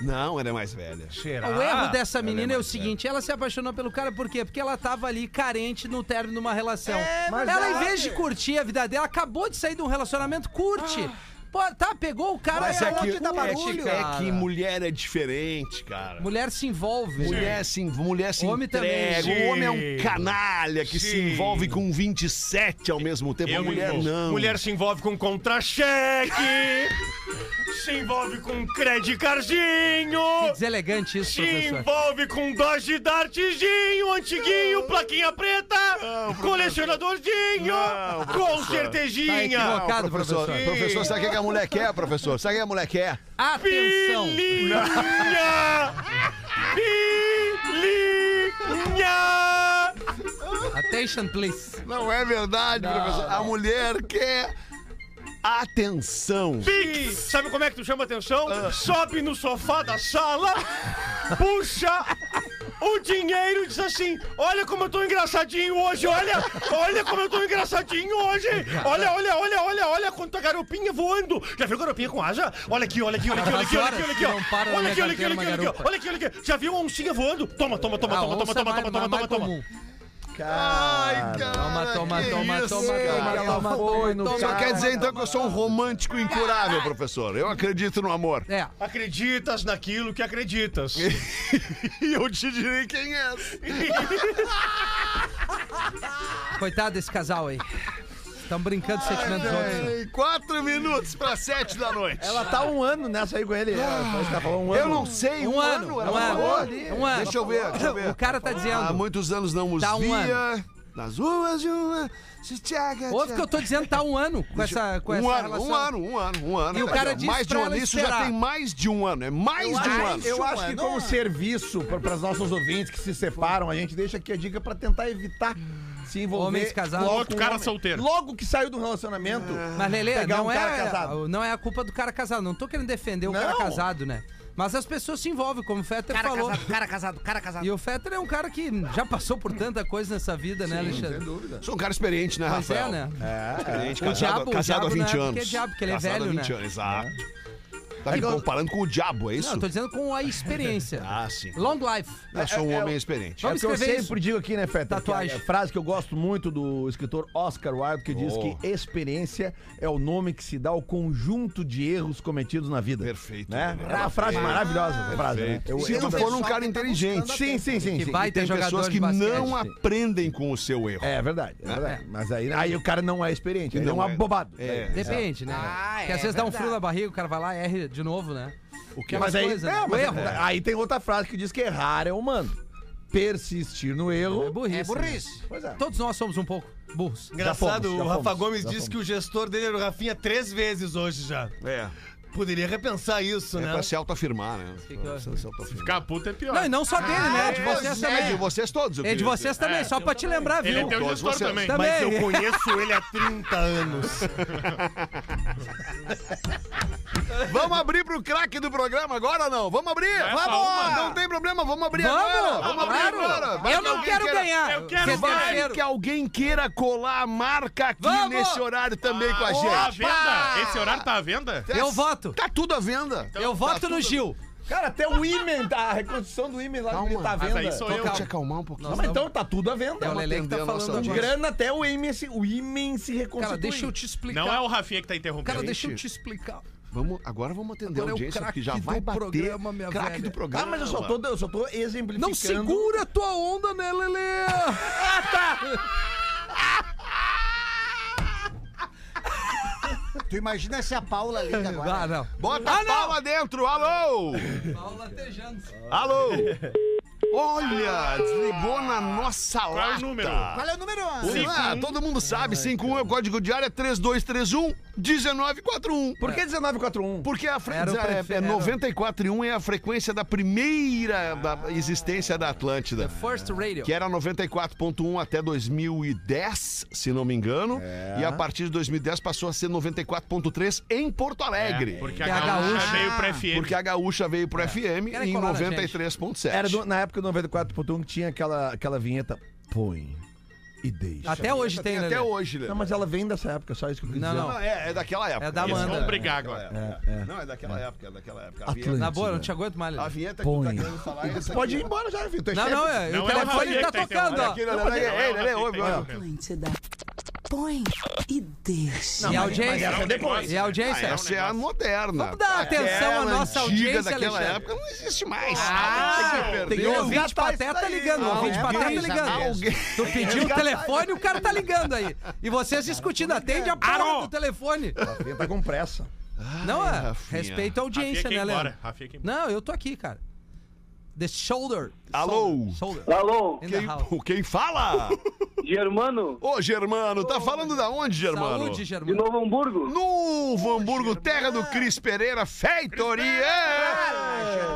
Speaker 2: Não, ela é mais velha.
Speaker 6: Será?
Speaker 3: O erro dessa menina é, o
Speaker 2: mais
Speaker 3: seguinte: ela se apaixonou pelo cara por quê? Porque ela tava ali carente no término de uma relação.
Speaker 5: mas
Speaker 3: ela, em
Speaker 5: ela-
Speaker 3: vez de curtir a vida dela, acabou de sair de um relacionamento, curte. Pô, tá, pegou o cara
Speaker 2: Mas
Speaker 3: ela
Speaker 2: é que,
Speaker 3: curte, cara.
Speaker 2: é que mulher é diferente, cara.
Speaker 3: Mulher se envolve.
Speaker 2: Mulher se, mulher se
Speaker 3: Homem
Speaker 2: entrega.
Speaker 3: também.
Speaker 2: O homem é um canalha que se
Speaker 6: Sim.
Speaker 2: envolve com 27 ao mesmo tempo. a
Speaker 6: Eu me
Speaker 2: mulher
Speaker 6: envolvo.
Speaker 2: não.
Speaker 6: Mulher se envolve com contra-cheque. se envolve com credit cardzinho.
Speaker 3: Que deselegante isso,
Speaker 6: Se
Speaker 3: professor. Tá
Speaker 6: envolve com Dodge Dartzinho, antiguinho, plaquinha preta, colecionadorzinho,
Speaker 2: Não,
Speaker 6: com
Speaker 2: professor.
Speaker 3: Tá
Speaker 6: certejinha,
Speaker 3: equivocado,
Speaker 2: Professor,
Speaker 3: professor.
Speaker 2: professor, sabe o que que a mulher quer, professor? Sabe o que a mulher quer?
Speaker 3: Atenção!
Speaker 6: pilinha,
Speaker 3: Tá
Speaker 6: pilinha.
Speaker 3: Attention, please.
Speaker 2: Não é verdade, professor. A mulher quer atenção.
Speaker 6: Pique. Sabe como é que tu chama atenção? Sobe no sofá da sala, puxa o dinheiro e diz assim: Olha como eu tô engraçadinho hoje, olha, olha como eu tô engraçadinho hoje. Olha, olha, olha, olha, olha quanta garopinha voando. Já viu garopinha com asa? Olha aqui, olha aqui, olha aqui, olha aqui, olha aqui, olha aqui, ó.
Speaker 3: Não para na
Speaker 6: olha aqui,
Speaker 3: minha
Speaker 6: olha aqui, olha aqui,
Speaker 3: carteira
Speaker 6: olha aqui,
Speaker 3: uma
Speaker 6: ó. olha aqui, olha aqui. Já viu a oncinha voando? Toma, toma, toma,
Speaker 3: Ah,
Speaker 6: toma, toma,
Speaker 3: onça
Speaker 6: toma,
Speaker 3: mais-
Speaker 6: toma,
Speaker 3: mais
Speaker 6: toma, toma, toma.
Speaker 3: comum.
Speaker 2: Ai, cara.
Speaker 3: Toma, toma,
Speaker 2: que
Speaker 3: toma,
Speaker 2: isso,
Speaker 3: toma,
Speaker 2: cara.
Speaker 3: toma,
Speaker 5: Ela
Speaker 3: toma,
Speaker 5: foi
Speaker 3: toma,
Speaker 5: no
Speaker 3: toma.
Speaker 2: Só quer dizer então que eu sou um romântico incurável, professor. Eu acredito no amor.
Speaker 3: É.
Speaker 6: Acreditas naquilo que acreditas.
Speaker 2: (laughs) E eu te direi quem é.
Speaker 3: Coitado desse casal aí. Estão brincando de sentimentos outros.
Speaker 2: Ai, Quatro minutos para sete da noite.
Speaker 5: Ela tá um ano nessa aí com ele. Ela parece que ela falou um ano.
Speaker 2: Eu não sei, um, ano, ela
Speaker 3: um ano,
Speaker 2: falou.
Speaker 3: um ano.
Speaker 2: Deixa eu ver, deixa eu ver. Ah,
Speaker 3: O cara tá
Speaker 2: Há
Speaker 3: dizendo.
Speaker 2: muitos anos não os
Speaker 3: Dá um
Speaker 2: via. Nas ruas de uma. se tchaga,
Speaker 3: Ouve o que eu
Speaker 2: tchaga.
Speaker 3: tô dizendo, tá um ano com essa, com
Speaker 2: Um
Speaker 3: essa
Speaker 2: ano,
Speaker 3: relação.
Speaker 2: um ano, um ano, um ano.
Speaker 3: E o cara
Speaker 2: Aqui, ó,
Speaker 3: diz
Speaker 2: mais de
Speaker 3: pra
Speaker 2: um
Speaker 3: ela
Speaker 2: ano. Isso já
Speaker 3: esperar.
Speaker 2: tem mais de um ano. É mais de um
Speaker 9: acho-
Speaker 2: ano.
Speaker 5: Eu acho que
Speaker 9: Não.
Speaker 5: como serviço para os nossos ouvintes que se separam, a gente deixa aqui a dica para tentar evitar se envolver.
Speaker 3: Homens casados.
Speaker 5: logo
Speaker 8: Outro
Speaker 5: com
Speaker 8: cara
Speaker 5: homem.
Speaker 8: solteiro.
Speaker 5: Logo que saiu do relacionamento.
Speaker 3: Mas, Lelê,
Speaker 5: Pegar
Speaker 3: não,
Speaker 5: um cara
Speaker 3: é,
Speaker 5: casado.
Speaker 3: não é a culpa do cara casado. Não tô querendo defender o
Speaker 5: Não.
Speaker 3: cara casado, né? Mas as pessoas se envolvem, como o Fetter
Speaker 9: Cara
Speaker 3: falou.
Speaker 9: casado, cara casado, cara casado.
Speaker 3: E o Fetter é um cara que já passou por tanta coisa nessa vida, né, Alexandre?
Speaker 5: dúvida.
Speaker 2: Sou um cara experiente, né,
Speaker 3: Pois é,
Speaker 2: Rafael?
Speaker 3: né?
Speaker 2: Experiente,
Speaker 3: O
Speaker 2: casado,
Speaker 3: diabo- o
Speaker 2: casado há
Speaker 3: diabo não
Speaker 2: 20
Speaker 3: é
Speaker 2: anos.
Speaker 3: porque é diabo, porque ele é
Speaker 2: casado
Speaker 3: velho,
Speaker 2: há 20
Speaker 3: né? É
Speaker 2: anos, exato. Tá me comparando com o diabo, é isso?
Speaker 3: Não, eu tô dizendo com a experiência.
Speaker 2: Ah, sim.
Speaker 3: Long life.
Speaker 2: Eu sou um
Speaker 5: É, é,
Speaker 2: homem
Speaker 5: é-
Speaker 2: experiente.
Speaker 5: É
Speaker 3: Vamos
Speaker 5: o que eu
Speaker 3: escrever isso.
Speaker 5: sempre digo aqui, né, Feta?
Speaker 3: Tatuagem.
Speaker 5: Que é a frase que eu gosto muito do escritor Oscar Wilde, que diz
Speaker 2: Oh.
Speaker 5: que experiência é o nome que se dá ao conjunto de erros cometidos na vida.
Speaker 2: Perfeito,
Speaker 5: Né?
Speaker 2: Lelê.
Speaker 5: É uma frase maravilhosa.
Speaker 3: É
Speaker 5: essa Frase, né?
Speaker 2: Perfeito.
Speaker 5: Eu-
Speaker 2: Se
Speaker 5: eu-
Speaker 2: tu for um cara inteligente.
Speaker 5: Sim, sim, sim.
Speaker 3: Que
Speaker 5: sim.
Speaker 3: baita
Speaker 2: Tem
Speaker 3: jogador
Speaker 2: pessoas
Speaker 3: de
Speaker 2: que
Speaker 3: basquete.
Speaker 2: não aprendem com o seu erro.
Speaker 5: É verdade, é verdade. Mas aí, aí o cara não é experiente, ele
Speaker 2: Não
Speaker 5: é um
Speaker 2: é.
Speaker 5: abobado.
Speaker 2: É.
Speaker 3: Depende, né?
Speaker 9: Ah,
Speaker 3: Porque às
Speaker 9: é
Speaker 3: vezes dá um
Speaker 9: verdade.
Speaker 3: frio na barriga, o cara vai lá e erra de novo, né?
Speaker 5: O que?
Speaker 3: É
Speaker 5: Mas
Speaker 3: uma
Speaker 5: aí,
Speaker 3: coisa,
Speaker 5: é,
Speaker 3: né?
Speaker 5: mas
Speaker 3: O erro.
Speaker 5: é. aí tem outra frase que diz que errar é humano. Persistir no
Speaker 3: É
Speaker 5: erro.
Speaker 3: burrice.
Speaker 9: É
Speaker 3: né?
Speaker 9: burrice.
Speaker 5: Pois é.
Speaker 3: Todos nós somos um pouco burros.
Speaker 6: Engraçado,
Speaker 5: fomos, já
Speaker 6: o Rafa
Speaker 5: fomos,
Speaker 6: Gomes
Speaker 5: já
Speaker 6: disse
Speaker 5: fomos.
Speaker 6: que o gestor dele era o Rafinha três vezes hoje já.
Speaker 2: É.
Speaker 6: Poderia repensar isso,
Speaker 2: É
Speaker 6: né?
Speaker 2: pra se autoafirmar, né?
Speaker 3: Fica-
Speaker 2: Se- se autoafirmar.
Speaker 8: Ficar puto é pior.
Speaker 3: Não, e não só dele, né? De vocês
Speaker 2: É, de
Speaker 3: também.
Speaker 2: vocês todos. eu
Speaker 3: É de
Speaker 2: queria
Speaker 3: vocês também, só pra te lembrar, viu?
Speaker 8: Ele é teu
Speaker 2: Todos
Speaker 8: gestor
Speaker 2: vocês.
Speaker 8: também.
Speaker 3: Também.
Speaker 6: Mas
Speaker 2: É.
Speaker 6: eu conheço ele há 30 anos.
Speaker 2: dizer. Vamos abrir pro craque do programa agora ou não? Vamos abrir!
Speaker 8: é
Speaker 2: vamos!
Speaker 8: só uma.
Speaker 2: Não tem problema, vamos abrir
Speaker 3: Vamos!
Speaker 2: agora! Vamos abrir
Speaker 3: Claro!
Speaker 2: agora! Vai
Speaker 3: Eu
Speaker 2: que
Speaker 3: não
Speaker 2: alguém
Speaker 3: quero
Speaker 2: queira
Speaker 3: ganhar.
Speaker 2: Eu quero
Speaker 3: Fevereiro.
Speaker 2: vai que alguém queira colar a marca aqui
Speaker 3: Vamos!
Speaker 2: nesse horário também com a
Speaker 8: Tá à
Speaker 2: gente.
Speaker 8: venda? Esse horário tá à venda?
Speaker 3: Eu Então, voto.
Speaker 2: Tá tudo à venda.
Speaker 3: Eu voto
Speaker 2: tá
Speaker 3: no
Speaker 2: tudo-
Speaker 3: Gil.
Speaker 5: Cara, até o Imen, tá- a reconstrução do Imen lá
Speaker 2: Calma,
Speaker 5: Calma, tá à
Speaker 8: mas
Speaker 5: venda.
Speaker 8: aí sou
Speaker 2: Tô
Speaker 8: eu.
Speaker 2: pra te acalmar um pouquinho.
Speaker 5: Não, mas então tá tudo à venda.
Speaker 3: É o Lelê que
Speaker 2: atender
Speaker 3: tá
Speaker 2: a nossa
Speaker 3: falando
Speaker 5: Com
Speaker 2: audiência.
Speaker 3: agora.
Speaker 5: Grana até o Imen se, o Imen se reconstitui.
Speaker 3: Cara, deixa eu te explicar.
Speaker 8: Não é o Rafinha que tá interrompendo.
Speaker 3: Cara, deixa eu
Speaker 2: Gente.
Speaker 3: te explicar.
Speaker 2: Vamos, agora vamos atender a
Speaker 3: Agora é o
Speaker 2: audiência,
Speaker 3: craque
Speaker 2: porque já
Speaker 3: do
Speaker 2: vai bater.
Speaker 3: programa, minha
Speaker 2: craque
Speaker 3: velha.
Speaker 2: do
Speaker 5: Ah,
Speaker 2: programa.
Speaker 5: mas eu só tô, eu só tô exemplificando.
Speaker 3: Não segura a tua onda,
Speaker 2: (laughs)
Speaker 3: né, Lelê? ah, tá.
Speaker 7: Tu imagina se a Paula liga agora.
Speaker 3: (laughs) Ah, não.
Speaker 2: Bota a palma dentro, alô! Alô! Olha, desligou na nossa
Speaker 8: Qual é
Speaker 2: lata.
Speaker 8: o número?
Speaker 7: Qual é o número?
Speaker 2: Sei lá, todo mundo sabe, 51 é o código de área 3231 1941.
Speaker 5: Por que
Speaker 3: É.
Speaker 5: 1941?
Speaker 2: Porque a fre...
Speaker 3: Era o
Speaker 2: um. é- é,
Speaker 3: prefe- era-
Speaker 2: 94.1 é a frequência da primeira da existência da Atlântida.
Speaker 3: First Radio.
Speaker 2: Que era 94.1 até 2010, se não me engano. E a partir de 2010 passou a ser 94.3 em Porto Alegre.
Speaker 8: É, Porque
Speaker 3: Que
Speaker 8: a
Speaker 3: a
Speaker 8: gaúcha
Speaker 3: gaúcha-
Speaker 8: veio pra FM.
Speaker 2: Porque a gaúcha veio pro FM
Speaker 3: Querem
Speaker 2: em
Speaker 3: colar na gente.
Speaker 2: 93.7.
Speaker 5: Era do- na época do 94.1 que tinha aquela, aquela vinheta Põe e deixa.
Speaker 3: Até hoje tem, Lelê.
Speaker 2: Até hoje, né?
Speaker 5: Não, mas ela vem dessa época, só isso que eu quis
Speaker 3: Não,
Speaker 5: dizer.
Speaker 3: não.
Speaker 2: é, é daquela época.
Speaker 3: É da
Speaker 8: Eles
Speaker 3: Amanda.
Speaker 8: vão brigar agora.
Speaker 2: Não, é daquela época, é daquela época. A
Speaker 5: Atlântida.
Speaker 2: vinheta,
Speaker 3: Na boa, eu não te aguento mais,
Speaker 2: a
Speaker 3: Lelê.
Speaker 2: vinheta
Speaker 5: Põe.
Speaker 2: que tu tá querendo falar é essa aqui,
Speaker 5: Pode ir
Speaker 2: ó.
Speaker 5: embora já, Vitor.
Speaker 3: Não, não, é,
Speaker 8: Não
Speaker 3: o
Speaker 8: é o
Speaker 3: telefone
Speaker 8: Rafinha
Speaker 3: tá
Speaker 8: que tá
Speaker 3: tocando,
Speaker 8: interrompendo.
Speaker 3: ó.
Speaker 2: Aqui, não, não, não,
Speaker 8: Não
Speaker 2: ei,
Speaker 8: é o
Speaker 2: Lelê,
Speaker 8: Rafinha
Speaker 2: ouve,
Speaker 8: que tá
Speaker 3: né?
Speaker 2: ouve.
Speaker 8: interrompendo.
Speaker 11: Põe e deixa.
Speaker 3: E a
Speaker 5: mas
Speaker 3: audiência?
Speaker 5: essa é depois.
Speaker 3: E a
Speaker 2: Ah,
Speaker 3: audiência?
Speaker 2: essa é a moderna.
Speaker 3: Vamos dar atenção à
Speaker 2: Aquela antiga
Speaker 3: nossa audiência,
Speaker 2: daquela
Speaker 3: Alexandre.
Speaker 2: época não existe mais.
Speaker 3: Ah,
Speaker 2: tem
Speaker 3: tem
Speaker 2: que
Speaker 3: que
Speaker 2: perder.
Speaker 3: ouvinte pateta ligando,
Speaker 7: Ah,
Speaker 3: ouvinte
Speaker 7: é,
Speaker 3: pateta
Speaker 7: alguém-
Speaker 3: ligando.
Speaker 2: alguém-
Speaker 3: Tu pediu o telefone e o cara tá ligando aí. E vocês discutindo, atende a porra
Speaker 8: Alô?
Speaker 3: do telefone.
Speaker 5: Ele tá com pressa.
Speaker 3: Não, é,
Speaker 2: Rafinha.
Speaker 3: respeita a audiência,
Speaker 8: Rafinha quer ir
Speaker 3: né, Leandro?
Speaker 8: embora. Rafinha quer ir embora.
Speaker 3: Não, eu tô aqui, cara. The shoulder.
Speaker 2: Alô?
Speaker 3: Shoulder.
Speaker 12: Alô,
Speaker 3: In the
Speaker 2: Quem,
Speaker 3: house.
Speaker 2: quem fala?
Speaker 12: Germano,
Speaker 2: Ô, Germano, tá falando da onde, Germano?
Speaker 3: Saúde,
Speaker 12: de
Speaker 3: Germano.
Speaker 12: Novo Hamburgo.
Speaker 2: Novo Hamburgo, terra do Cris Pereira, feitoria!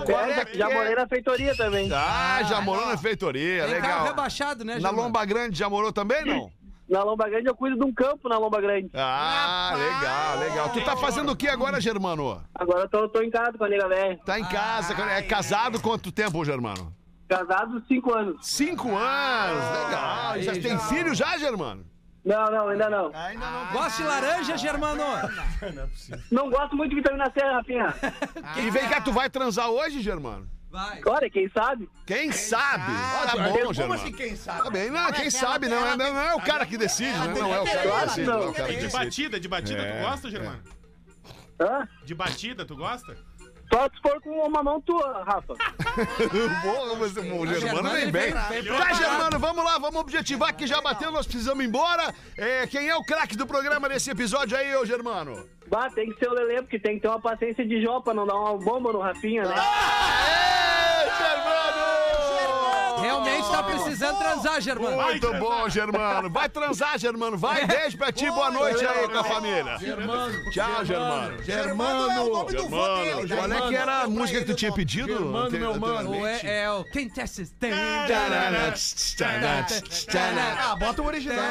Speaker 2: Qual é
Speaker 12: Terra,
Speaker 2: que
Speaker 12: já
Speaker 2: é?
Speaker 12: morei na feitoria também.
Speaker 2: Ah, já morou na feitoria,
Speaker 3: Tem carro
Speaker 2: legal.
Speaker 3: rebaixado, né,
Speaker 2: Na
Speaker 3: Germano?
Speaker 2: Lomba Grande já morou também, não?
Speaker 12: Na Lomba Grande eu cuido de um campo na Lomba Grande.
Speaker 2: Ah, legal, legal. Tu tá fazendo o que agora, Germano?
Speaker 12: Agora eu tô, tô em casa com a nega velha.
Speaker 2: Tá em casa, é casado quanto tempo, Germano?
Speaker 12: Casado cinco anos.
Speaker 2: Cinco anos, legal. E já tem filho já, Germano?
Speaker 12: Não, não, ainda não.
Speaker 3: Gosta de laranja, Germano?
Speaker 12: Não gosto muito de vitamina C, Rafinha.
Speaker 2: E vem cá, tu vai transar hoje, Germano?
Speaker 3: Vai.
Speaker 12: Olha, quem sabe?
Speaker 2: Quem sabe? Olha, bom, Germano.
Speaker 5: quem
Speaker 2: Tá bem, não, quem sabe, não é, não, não é o cara que decide, né? Não é o cara que decide, não é o cara que
Speaker 8: De
Speaker 2: decide.
Speaker 8: batida, de batida, tu gosta, Germano?
Speaker 12: Hã?
Speaker 8: De batida, tu gosta?
Speaker 12: Só se for com uma mão tua, Rafa.
Speaker 2: Boa, mas o Germano
Speaker 3: Germano,
Speaker 2: vem
Speaker 3: ele
Speaker 2: bem.
Speaker 3: vem preparado.
Speaker 2: Tá, Germano, vamos lá, vamos objetivar que já bateu, nós precisamos ir embora. É, quem é o craque do programa nesse episódio aí, ô Germano?
Speaker 12: Bah, tem que ser o Lelê, porque tem que ter uma paciência de Jó pra não dar uma bomba no Rafinha, né?
Speaker 2: Ah! Aê, Germano!
Speaker 3: Realmente tá precisando transar, Germano.
Speaker 2: Muito bom, Germano. Vai transar, Germano. Vai, beijo pra ti. Boa noite aí com a família. Tchau, Germano.
Speaker 7: Germano é o nome do vô
Speaker 2: Germano,
Speaker 7: dele.
Speaker 2: Qual é que era a música que tu tinha pedido? Tá Germano, meu mano.
Speaker 3: Ou é, é o quem te assistente?
Speaker 5: Ah, bota o
Speaker 3: É.
Speaker 5: original.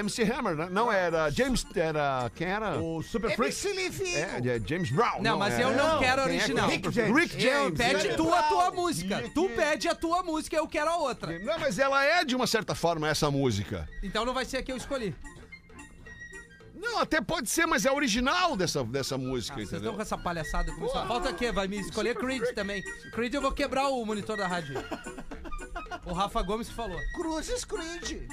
Speaker 2: MC É Hammer, né? Não, era James. Era. Quem era?
Speaker 5: O Super Freaks.
Speaker 7: MC Livinho.
Speaker 2: É, é James Brown.
Speaker 3: Não, mas
Speaker 2: é.
Speaker 3: eu não quero a
Speaker 2: Quem é que-
Speaker 3: original.
Speaker 2: Rick James. Rick
Speaker 3: Eu
Speaker 2: James.
Speaker 3: pede tu a tua música. Tu pede a tua música, eu quero a outra.
Speaker 2: Não, mas ela é de uma certa forma essa música.
Speaker 3: Então não vai ser a que eu escolhi.
Speaker 2: Não, até pode ser, mas é original dessa, dessa música,
Speaker 3: Ah, Vocês estão
Speaker 2: entendeu?
Speaker 3: com essa palhaçada comigo. Só falta que vai me escolher Creed também. Creed eu vou quebrar o monitor da rádio. O Rafa Gomes que falou.
Speaker 7: Cruzes Creed.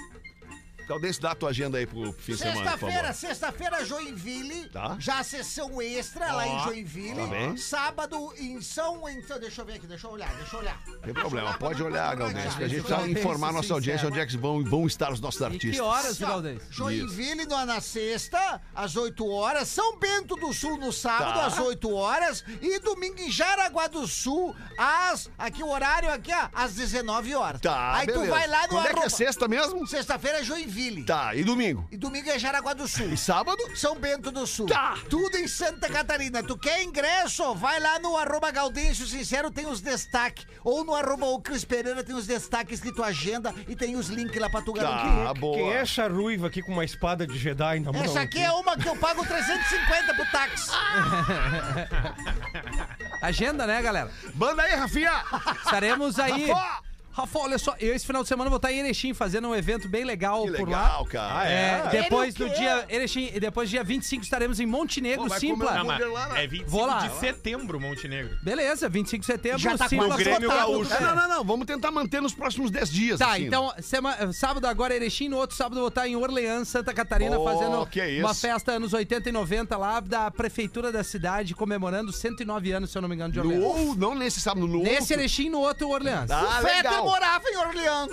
Speaker 2: Então, desse dá a tua agenda aí pro fim de semana, por favor.
Speaker 7: Sexta-feira, sexta-feira, Joinville.
Speaker 2: Tá.
Speaker 7: Já a sessão extra lá em Joinville.
Speaker 2: tá bem.
Speaker 7: Sábado em São. Em, deixa eu ver aqui, deixa eu olhar, deixa eu olhar.
Speaker 2: Tem problema, pode olhar, Galdêncio, que a gente
Speaker 3: Isso
Speaker 2: precisa
Speaker 3: é
Speaker 2: informar
Speaker 3: sincero.
Speaker 2: nossa audiência onde é que vão, vão estar os nossos
Speaker 3: E que
Speaker 2: artistas.
Speaker 3: horas,
Speaker 7: Ó,
Speaker 3: Galdez?
Speaker 7: Joinville no, na sexta, às 8 horas. São Bento do Sul no sábado,
Speaker 2: Tá.
Speaker 7: às 8 horas. E domingo em Jaraguá do Sul, às. Aqui o horário aqui, ó, às 19 horas.
Speaker 2: Tá,
Speaker 7: Aí
Speaker 2: beleza.
Speaker 7: tu vai lá no
Speaker 2: Quando é que é
Speaker 7: arroba-
Speaker 2: sexta mesmo?
Speaker 7: Sexta-feira é Joinville.
Speaker 2: Tá, e domingo?
Speaker 7: E domingo é Jaraguá do Sul.
Speaker 2: E sábado?
Speaker 7: São Bento do Sul.
Speaker 2: Tá.
Speaker 7: Tudo em Santa Catarina. Tu quer ingresso? Vai lá no arroba Gaudêncio Sincero, tem os destaques. Ou no arroba o Cris Pereira tem os destaques escrito agenda e tem os links lá pra tu garantir.
Speaker 2: Tá, um boa.
Speaker 6: Quem é essa ruiva aqui com uma espada de Jedi na mão?
Speaker 7: Essa aqui é uma que eu pago 350 pro táxi.
Speaker 2: Ah.
Speaker 3: Agenda, né, galera?
Speaker 2: Manda aí, Rafinha!
Speaker 3: Estaremos aí. Rafa, olha só, eu esse final de semana vou estar em Erechim fazendo um evento bem legal,
Speaker 2: Que
Speaker 3: por
Speaker 2: legal,
Speaker 3: lá.
Speaker 2: cara. Ah,
Speaker 3: é?
Speaker 2: é?
Speaker 3: depois
Speaker 2: Ele o
Speaker 3: do
Speaker 2: quê?
Speaker 3: dia Erechim, e depois do dia 25 estaremos em Montenegro,
Speaker 8: Pô, vai comer
Speaker 3: Simpla.
Speaker 8: um hambúrguer lá, né? É 25
Speaker 3: vou lá.
Speaker 8: de setembro, Montenegro.
Speaker 3: Beleza, 25 de setembro,
Speaker 8: Já tá
Speaker 3: Simpla
Speaker 8: quase Grêmio
Speaker 3: lotado.
Speaker 8: Gaúcho.
Speaker 3: É,
Speaker 2: Não, não, não. Vamos tentar manter nos próximos 10 dias.
Speaker 3: Tá,
Speaker 2: assim.
Speaker 3: então sema- sábado agora é Erechim, no outro sábado eu vou estar em Orleans, Santa Catarina,
Speaker 2: Oh,
Speaker 3: fazendo
Speaker 2: que isso.
Speaker 3: uma festa anos 80 e 90 lá da prefeitura da cidade, comemorando 109 anos, se eu não me engano, de
Speaker 2: No,
Speaker 3: Orleans.
Speaker 2: ou- não nesse sábado, no
Speaker 3: Nesse
Speaker 2: outro.
Speaker 3: Erechim, no outro Orleans.
Speaker 2: Ah,
Speaker 7: o Fetter
Speaker 2: legal.
Speaker 7: morava em
Speaker 8: (laughs)
Speaker 7: Orleans.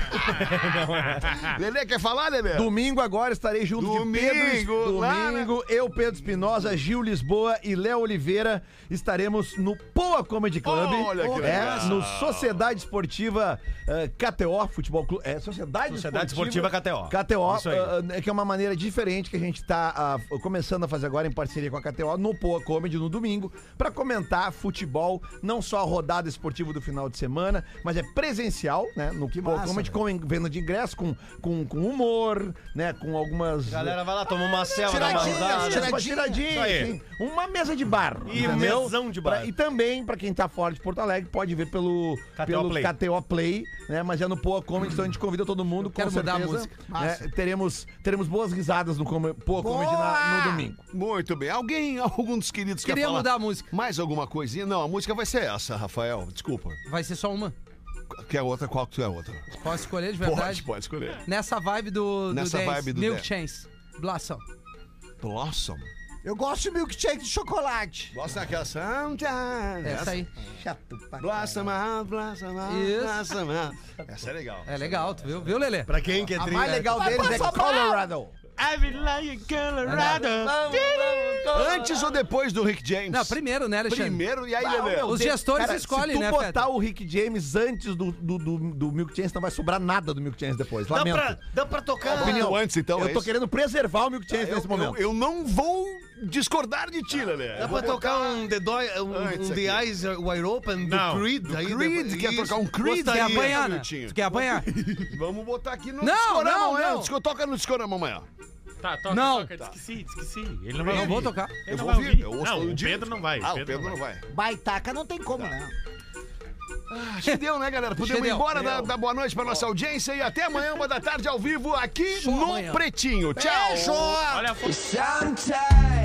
Speaker 2: (laughs) Lelê, quer falar, Lelê?
Speaker 5: Domingo agora estarei junto
Speaker 2: Domingo,
Speaker 5: de Pedro. Es-
Speaker 2: lá,
Speaker 5: Domingo, eu, Pedro Espinosa, Gil Lisboa e Léo Oliveira estaremos no Poa Comedy Club.
Speaker 2: Olha que
Speaker 5: é,
Speaker 2: legal.
Speaker 5: no Sociedade Esportiva eh, KTO Futebol Clube. É Sociedade,
Speaker 6: Sociedade Esportiva KTO.
Speaker 5: KTO,
Speaker 6: Isso aí.
Speaker 5: eh, eh, que é uma maneira diferente que a gente está ah, f- começando a fazer agora em parceria com a KTO no Poa Comedy no domingo para comentar futebol, não só a rodada esportiva do final de semana, mas é presencial, né? No que Poa
Speaker 7: massa,
Speaker 5: Comedy com en- venda de ingresso, com, com, com humor, né? Com algumas
Speaker 6: Galera, vai lá, toma
Speaker 5: Ah,
Speaker 6: uma selva, dá uma
Speaker 7: Tiradinhas,
Speaker 6: risada.
Speaker 7: tiradinhas.
Speaker 5: Tiradinha,
Speaker 6: Isso
Speaker 5: tiradinha,
Speaker 6: aí.
Speaker 5: enfim, uma mesa de bar.
Speaker 6: E um
Speaker 5: entendeu?
Speaker 6: mesão de bar.
Speaker 5: Pra- e também, pra quem tá fora de Porto Alegre, pode ver pelo
Speaker 6: KTO
Speaker 5: pelo
Speaker 6: Play.
Speaker 5: KTO Play, né? Mas é no Poa Comedy, então a gente convida todo mundo, com
Speaker 3: quero mudar
Speaker 5: certeza.
Speaker 3: a música.
Speaker 5: né, teremos, teremos boas risadas no Come- Poa Comedy na- no domingo.
Speaker 2: Muito bem. Alguém, algum dos queridos quer
Speaker 3: Queria
Speaker 2: falar?
Speaker 3: mudar a música.
Speaker 2: Mais alguma coisinha? Não, a música vai ser essa, Rafael. Desculpa.
Speaker 3: Vai ser só uma.
Speaker 2: Quer outra? Qual que tu é outra?
Speaker 3: Posso escolher de
Speaker 2: Pode,
Speaker 3: verdade?
Speaker 2: pode escolher.
Speaker 3: Nessa vibe do, do
Speaker 2: Nessa
Speaker 3: 10,
Speaker 2: vibe do
Speaker 3: Milk
Speaker 2: 10.
Speaker 3: Chains. Blossom.
Speaker 2: Blossom.
Speaker 7: Eu gosto de milkshake de chocolate.
Speaker 2: Blossom é aquela... Sometimes.
Speaker 3: É Essa aí.
Speaker 7: Chato pra
Speaker 2: Blossom out, blossom out,
Speaker 3: Isso.
Speaker 2: blossom out. Essa é legal.
Speaker 3: É legal, tu viu? Viu, Lelê?
Speaker 6: Pra quem quer
Speaker 5: A
Speaker 6: trilha.
Speaker 5: mais legal deles é Colorado.
Speaker 8: I've like a Colorado.
Speaker 2: Antes ou depois do Rick James?
Speaker 3: Não, primeiro, né, Alexandre?
Speaker 2: Primeiro, e aí,
Speaker 5: Ah,
Speaker 2: Lelê?
Speaker 5: meu
Speaker 3: Os
Speaker 5: Deus.
Speaker 3: gestores
Speaker 5: Cara,
Speaker 3: escolhem,
Speaker 5: se tu
Speaker 3: né,
Speaker 5: botar
Speaker 3: Feta?
Speaker 5: o Rick James antes do, do, do, do Milk Chance, não vai sobrar nada do Milk Chance depois.
Speaker 6: Dá
Speaker 5: Lamento.
Speaker 6: pra, dá pra tocar.
Speaker 2: Opinião antes, então,
Speaker 5: eu
Speaker 2: é isso?
Speaker 5: tô
Speaker 2: Ah,
Speaker 5: querendo preservar o Milk Chance
Speaker 2: Eu-
Speaker 5: nesse momento.
Speaker 2: Eu, eu não vou discordar de ti, Lelê.
Speaker 6: Dá
Speaker 2: Ah, Eu vou
Speaker 6: pra tocar
Speaker 2: botar-
Speaker 6: um The, Doi, um,
Speaker 2: Antes
Speaker 6: um The
Speaker 2: aqui.
Speaker 6: Eyes Are Wide Open do
Speaker 8: Não.
Speaker 6: Creed? aí
Speaker 2: Creed,
Speaker 6: depois-
Speaker 2: quer
Speaker 6: Isso.
Speaker 2: tocar um Creed?
Speaker 3: Quer
Speaker 6: Gostaria.
Speaker 3: apanhar, né?
Speaker 2: Minutinho.
Speaker 3: Tu quer apanhar?
Speaker 2: (laughs) Vamos botar aqui no
Speaker 3: Não,
Speaker 2: Discorama
Speaker 3: não,
Speaker 2: amanhã.
Speaker 3: não.
Speaker 2: Disco- Toca no Discorama amanhã.
Speaker 8: Tá, toca,
Speaker 3: Não.
Speaker 8: toca. Esqueci, esqueci. Ele não vai
Speaker 3: Não
Speaker 8: ouvir.
Speaker 3: vou tocar.
Speaker 8: Ele
Speaker 2: Eu
Speaker 8: não
Speaker 2: vou
Speaker 8: vai
Speaker 2: ouvir. Eu ouço
Speaker 8: não,
Speaker 2: todo
Speaker 8: o
Speaker 2: dia.
Speaker 8: Pedro não vai.
Speaker 2: Ah, o Pedro não vai.
Speaker 7: Baitaca não tem
Speaker 2: Tá.
Speaker 7: como, né?
Speaker 2: Acho que deu, né, galera? Podemos ir
Speaker 3: Deu,
Speaker 2: embora dar dar boa noite pra nossa audiência e até amanhã, uma da tarde, ao vivo, aqui
Speaker 3: Só
Speaker 2: no
Speaker 3: amanhã.
Speaker 2: Pretinho. Tchau!
Speaker 8: Olha a foto.
Speaker 9: Sometimes.